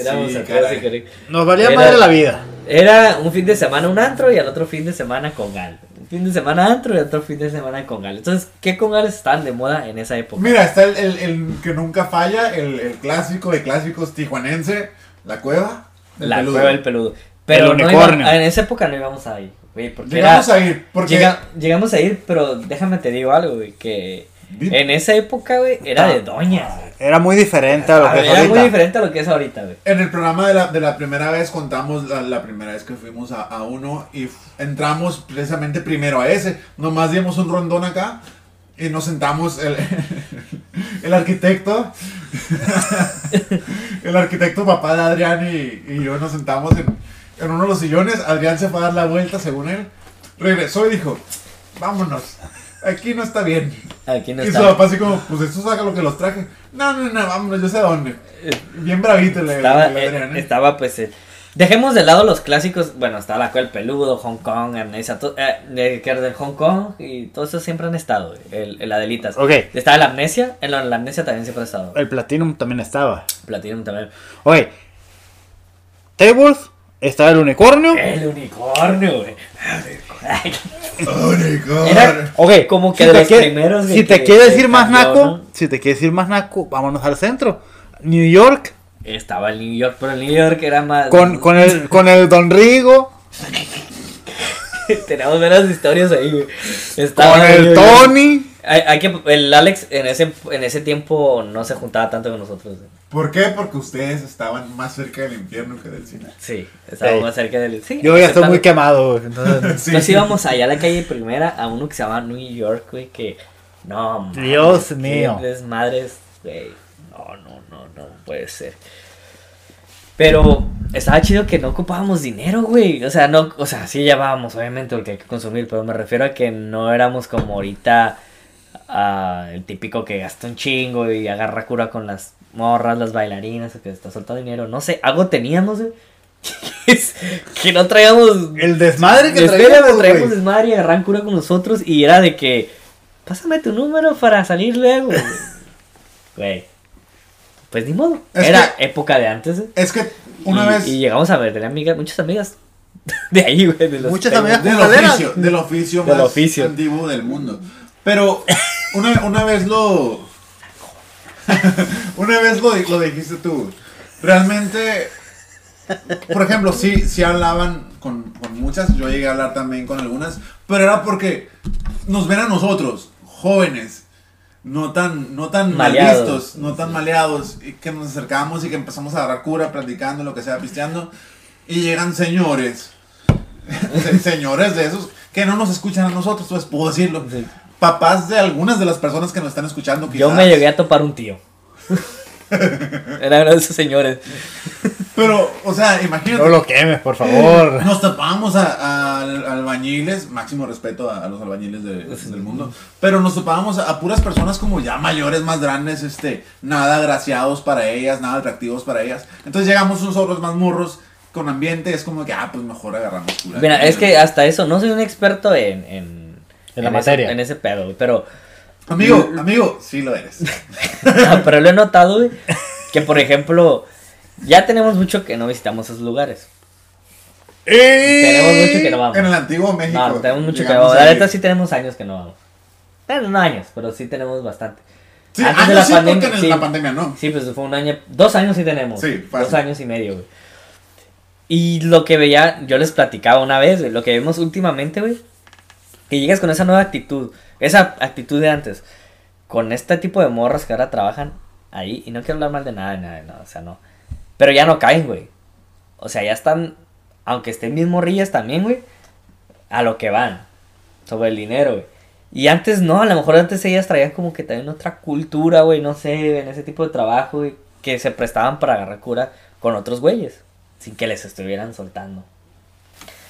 C: Éramos
B: Sí,
C: antreros y
B: caray.
C: con
D: Nos valía
C: Era-
D: madre la vida.
C: era un fin de semana un antro y al otro fin de semana congal. Un fin de semana antro y al otro fin de semana congal. Entonces, ¿qué congales están de moda en esa época?
B: Mira, está el, el- el que nunca falla, el, el clásico de clásicos tijuanense, la cueva. el
C: la
B: peludo.
C: cueva del peludo. Pero
D: El
C: no
D: unicornio.
C: iba- en esa época no íbamos a ir, güey, porque
B: Llegamos
C: era-
B: a ir, porque.
C: llega- llegamos a ir, pero déjame te digo algo, güey, que
B: Di-
C: en esa época, güey, era de doñas. güey.
D: Era muy diferente a lo que es
C: Era muy
D: pues, ahorita.
C: diferente a lo que es ahorita, güey.
B: En el programa de la, de la primera vez contamos la, la primera vez que fuimos a, a uno y f- entramos precisamente primero a ese. Nomás dimos un rondón acá y nos sentamos el, el arquitecto, el arquitecto papá de Adrián y, y yo nos sentamos en, en uno de los sillones. Adrián se fue a dar la vuelta según él. Regresó y dijo, vámonos, aquí no está bien.
C: Aquí no
B: y
C: está.
B: su papá así como, pues esto saca lo que los traje. No, no, no, vámonos, yo sé a dónde.
C: Eh,
B: Bien bravito el, el
C: Estaba,
B: Adrián,
C: eh,
B: ¿eh?
C: estaba pues. eh, dejemos de lado los clásicos. Bueno, está la cual peludo, Hong Kong, Amnesia, to- eh, de- que era de Hong Kong y todo eso siempre han estado. El, el Adelitas.
D: Ok.
C: Estaba la Amnesia, en la, la Amnesia también siempre ha estado.
D: El Platinum también estaba.
C: Platinum también.
D: Oye, Tables, estaba el unicornio.
C: El unicornio, güey.
B: Era...
C: Era-
D: Ok,
C: Como que
D: si
C: de
D: te
C: los
D: quiere-
C: primeros de
D: Si te
C: que-
D: quiere
C: que
D: decir más
C: cambió,
D: naco,
C: ¿no?
D: si te quiere decir más naco, vámonos al centro. New York,
C: Estaba el New York, pero el New York era más.
D: con, con, el, con el Don Rigo,
C: Tenemos veras historias ahí, güey. Estaba
D: con el
C: New York.
D: Tony.
C: Hay, hay que, el Alex en ese, en ese tiempo no se juntaba tanto con nosotros. güey.
B: ¿Por qué? Porque ustedes estaban más cerca del infierno que del cine.
C: Sí, estábamos
D: Ey.
C: más cerca del. Sí,
D: Yo ya estoy
C: aceptamos.
D: muy quemado, güey, entonces-
B: Sí.
C: Nos íbamos allá a la calle primera a uno que se llama New York, güey, que No, mames,
D: Dios
C: qué
D: mío.
C: Desmadres, güey. No, no, no, no puede ser. Pero estaba chido que no ocupábamos dinero, güey. O sea, no, o sea, sí llevábamos, obviamente, porque hay que consumir, pero me refiero a que no éramos como ahorita ah, el típico que gasta un chingo y agarra cura con las morras, las bailarinas, o que está soltando dinero. No sé, algo teníamos, güey. que no traíamos
D: El desmadre que
C: Espera,
D: traíamos,
C: traemos
D: güey.
C: desmadre y agarran cura con nosotros y era de que, pásame tu número para salir luego. Güey. Pues ni modo.
B: Es
C: era
B: que-
C: época de antes. eh.
B: Es que una
C: y,
B: vez.
C: Y llegamos a ver, tenía amigas, muchas amigas. De ahí, güey. de los-
D: Muchas
C: de-
D: amigas.
B: Del
D: Jugaderas.
B: oficio, del oficio
C: Del
B: más
C: oficio.
B: antiguo del mundo. Pero una, una vez lo. una vez lo, di- lo dijiste tú. Realmente. Por ejemplo, sí, sí hablaban con, con muchas. Yo llegué a hablar también con algunas. Pero era porque nos ven a nosotros, jóvenes. No tan, no tan mal
C: Maleados.
B: vistos, no tan maleados, y que nos acercamos y que empezamos a agarrar cura, platicando, lo que sea, pisteando, y llegan señores se- señores de esos que no nos escuchan a nosotros, pues puedo decirlo.
C: Sí.
B: Papás de algunas de las personas que nos están escuchando. Quizás.
C: Yo me llegué a topar un tío. era uno de esos señores.
B: Pero, o sea, imagínate.
D: No lo quemes, por favor.
B: Nos tapábamos a, a- al- albañiles, máximo respeto a, a los albañiles de- del mundo, pero nos topábamos a, a puras personas como ya mayores, más grandes, este, nada agraciados para ellas, nada atractivos para ellas. Entonces llegamos nosotros más morros con ambiente, es como que, ah, pues mejor agarramos cura.
C: Mira, es que hasta eso, no soy un experto en. En,
D: En la
C: ese-
D: materia.
C: en ese pedo, güey, pero.
B: Amigo, amigo, sí lo eres.
C: No, pero lo he notado, güey, que por ejemplo, ya tenemos mucho que no visitamos esos lugares. Tenemos mucho que no vamos.
B: En el antiguo México.
C: No, tenemos mucho que no
B: llegamos
C: vamos.
B: a
C: La
B: ir.
C: neta sí tenemos años que no vamos. Bueno, no años, pero sí tenemos bastante.
B: Sí,
C: Antes
B: ah, no,
C: de la
B: sí,
C: pandemia,
B: porque en
C: sí.
B: la pandemia no.
C: Sí, pues fue un año, dos años sí tenemos.
B: Sí, fácil.
C: dos años y medio, güey. Y lo que veía, yo les platicaba una vez, güey, lo que vemos últimamente, güey, que llegas con esa nueva actitud, esa actitud de antes, con este tipo de morras que ahora trabajan ahí, y no quiero hablar mal de nada, de nada, de nada, o sea, no. Pero ya no caen, güey. O sea, ya están, aunque estén bien morrillas también, güey, a lo que van, sobre el dinero, güey. Y antes no, a lo mejor antes ellas traían como que también otra cultura, güey, no sé, en ese tipo de trabajo, güey, que se prestaban para agarrar cura con otros güeyes, sin que les estuvieran soltando.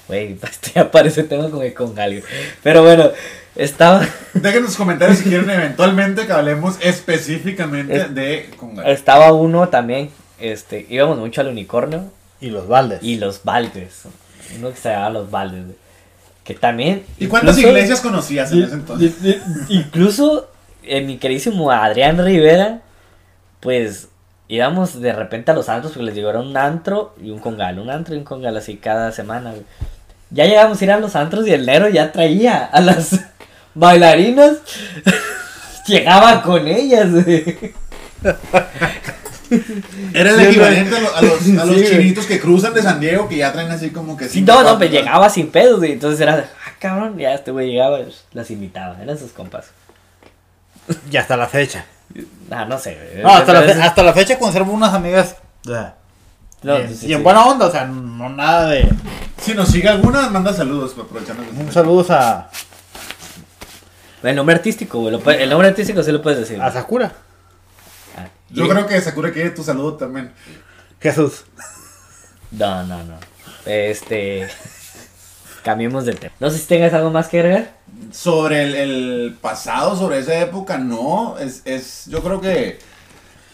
C: Güey, este ya parece tema como de congal, güey. Pero bueno, estaba,
B: Dejen los comentarios si quieren eventualmente que hablemos específicamente de Congal.
C: estaba uno también, este, íbamos mucho al unicornio,
D: Y los baldes.
C: Y los baldes. Uno que se llamaba los baldes, güey. Que también.
B: ¿Y cuántas
C: incluso-
B: iglesias conocías en ese entonces?
C: y- y- Incluso eh, mi queridísimo Adrián Rivera, pues íbamos de repente a los antros porque les digo, era un antro y un congal, un antro y un congal así cada semana, güey. Ya llegamos a ir a los antros y el negro ya traía a las bailarinas. Llegaba con ellas, güey.
B: Era el
C: Sí,
B: equivalente a, lo- a los, a los
C: Sí, güey.
B: chinitos que cruzan de San Diego que ya traen así como que.
C: Sí,
B: cinco,
C: no, no,
B: cuatro,
C: pues llegaba sin pedos, güey. Entonces era, de, ah, cabrón, ya este güey llegaba, las invitaba, eran sus compas.
D: Y hasta la fecha.
C: Ah, no sé, güey.
D: No, hasta, la
C: Pero
D: fe-
C: es-
D: hasta la fecha conservo unas amigas. o sea,
C: no,
D: bien-
C: sí, sí,
D: y en
C: sí.
D: buena onda, o sea, no nada de.
B: Si nos sigue alguna, manda saludos pues, para aprovecharnos. de-
D: Un saludo a,
C: El nombre artístico, güey. lo puede- El nombre artístico sí lo puedes decir.
D: a Sakura.
C: Ah, y-
B: Yo creo que Sakura quiere tu saludo también.
D: Jesús.
C: No, no, no. Este. Cambiemos de tema. No sé si tengas algo más que agregar.
B: Sobre el, el pasado, sobre esa época, no. Es, es, yo creo que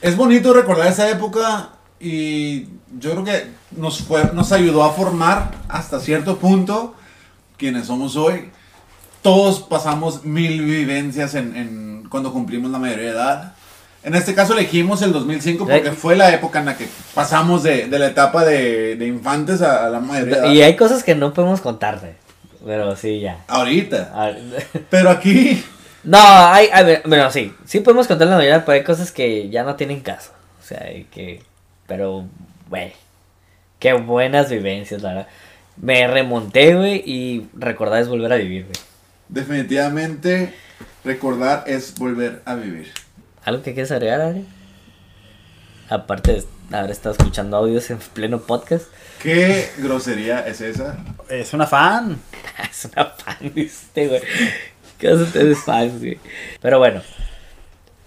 B: es bonito recordar esa época y yo creo que nos, fue, nos ayudó a formar hasta cierto punto quienes somos hoy. Todos pasamos mil vivencias en, en cuando cumplimos la mayoría de edad. En este caso elegimos el 2005 porque
C: Eh.
B: fue la época en la que pasamos de, de la etapa de, de infantes a, a la mayoría de
C: Y
B: edad.
C: hay cosas que no podemos contarte. Pero sí, ya.
B: Ahorita.
C: Ah,
B: Pero aquí...
C: No, hay. A ver, bueno, sí. Sí podemos contar la mayoría, pero hay cosas que ya no tienen caso. O sea, hay que. Pero, güey. Qué buenas vivencias, la verdad. Me remonté, güey, y recordar es volver a vivir, güey.
B: Definitivamente recordar es volver a vivir.
C: ¿Algo que quieres agregar, Adri? Aparte de haber estado escuchando audios en pleno podcast.
B: ¿Qué grosería es esa?
D: Es una fan.
C: Es una fan, este, güey. ¿Qué vas a tener fans, güey? Pero bueno.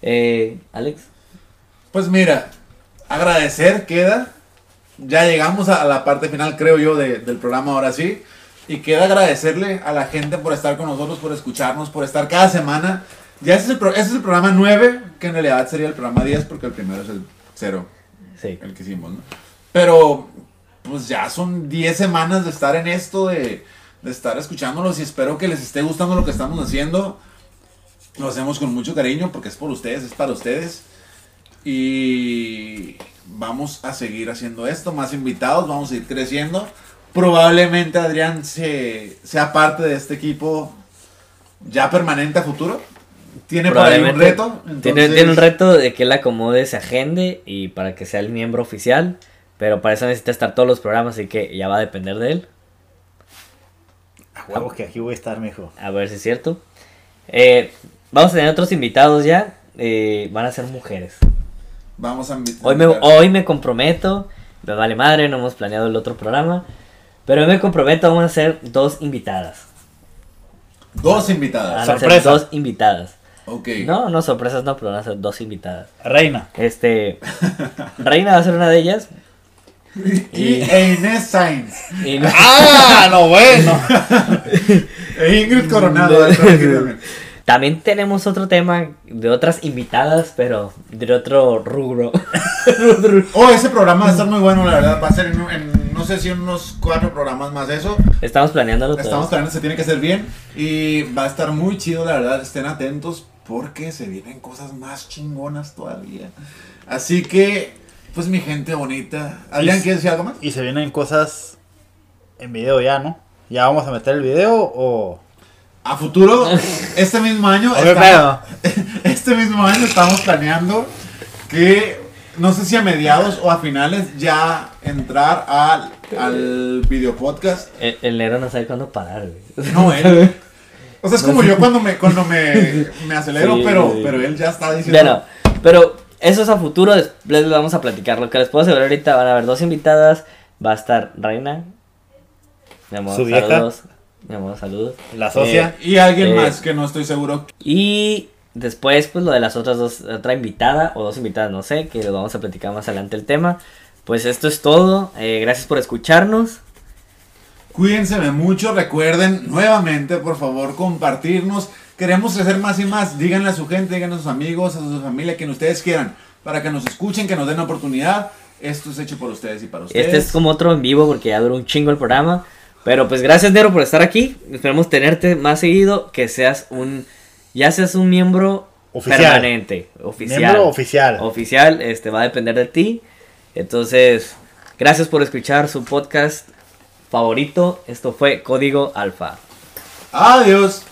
C: Eh, Alex.
B: Pues mira, agradecer queda. Ya llegamos a la parte final, creo yo, de- del programa ahora sí. Y queda agradecerle a la gente por estar con nosotros, por escucharnos, por estar cada semana. Ya este es el, pro- este es el programa 9, que en realidad sería el programa 10, porque el primero es el 0,
C: Sí.
B: el que hicimos, ¿no? Pero, pues ya son 10 semanas de estar en esto, de, de estar escuchándolos y espero que les esté gustando lo que estamos haciendo. Lo hacemos con mucho cariño porque es por ustedes, es para ustedes. Y vamos a seguir haciendo esto, más invitados, vamos a ir creciendo. Probablemente Adrián se, sea parte de este equipo ya permanente a futuro. Tiene para ahí un
C: Probablemente.
B: reto.
C: Tiene,
B: entonces-
C: tiene un reto de que él acomode, se agende y para que sea el miembro oficial. Pero para eso necesita estar todos los programas, así que ya va a depender de él.
D: A huevo que aquí voy a estar, mijo.
C: A ver si es cierto. Eh, vamos a tener otros invitados ya. eh, van a ser mujeres.
B: Vamos a invi-
C: Hoy me,
B: invitar.
C: hoy me comprometo. Me vale madre, no hemos planeado el otro programa. Pero hoy me comprometo, vamos a hacer dos invitadas.
B: Dos
C: Van
B: invitadas.
C: a ser
D: Sorpresa.
C: dos invitadas.
B: Ok.
C: No, no sorpresas, no, pero van a ser dos invitadas.
D: Reina.
C: Este. Reina va a ser una de ellas.
B: Y e Inés Sainz.
C: Y-
D: ¡Ah! No, bueno.
B: E Ingrid Coronado.
C: No.
B: está aquí también.
C: También tenemos otro tema de otras invitadas, pero de otro rubro.
B: Oh, ese programa va a estar muy bueno, la verdad. Va a ser en, en, no sé si unos cuatro programas más eso.
C: Estamos planeándolo todo.
B: Estamos planeando, se tiene que hacer bien. Y va a estar muy chido, la verdad. Estén atentos porque se vienen cosas más chingonas todavía. Así que, pues mi gente bonita. ¿Alguien quiere decir algo más?
D: Y se vienen cosas en video ya, ¿no? ¿Ya vamos a meter el video o.?
B: A futuro, este mismo año,
D: ¿O qué
B: estamos-
D: pedo?
B: este mismo año estamos planeando que, no sé si a mediados o a finales, ya entrar al, al video podcast.
C: El, E, el negro no sabe cuándo parar, güey.
B: No, él. O sea, es como yo cuando me, cuando me, me acelero,
C: Sí,
B: pero,
C: sí.
B: pero él ya está diciendo.
C: Bueno, pero eso es a futuro, después les vamos a platicar. Lo que les puedo asegurar ahorita van a haber dos invitadas. Va a estar Reina. Mi amor,
D: Su vieja.
C: saludos. Mi amor, saludos.
D: La socia.
C: Eh,
B: Y alguien
C: Eh.
B: más que no estoy seguro.
C: y después, pues lo de las otras dos, otra invitada o dos invitadas, no sé, que lo vamos a platicar más adelante el tema. Pues esto es todo. eh, gracias por escucharnos.
B: Cuídense mucho. Recuerden nuevamente, por favor, compartirnos. Queremos crecer más y más. Díganle a su gente, díganle a sus amigos, a su familia, quien ustedes quieran, para que nos escuchen, que nos den la oportunidad. Esto es hecho por ustedes y para ustedes.
C: Este es como otro en vivo porque ya duró un chingo el programa. Pero pues gracias, Nero, por estar aquí. Esperemos tenerte más seguido, que seas un... Ya seas un miembro
D: Oficial.
C: permanente, oficial.
D: Miembro oficial.
C: Oficial, este, va a depender de ti. Entonces, gracias por escuchar su podcast favorito. Esto fue Código Alfa.
B: Adiós.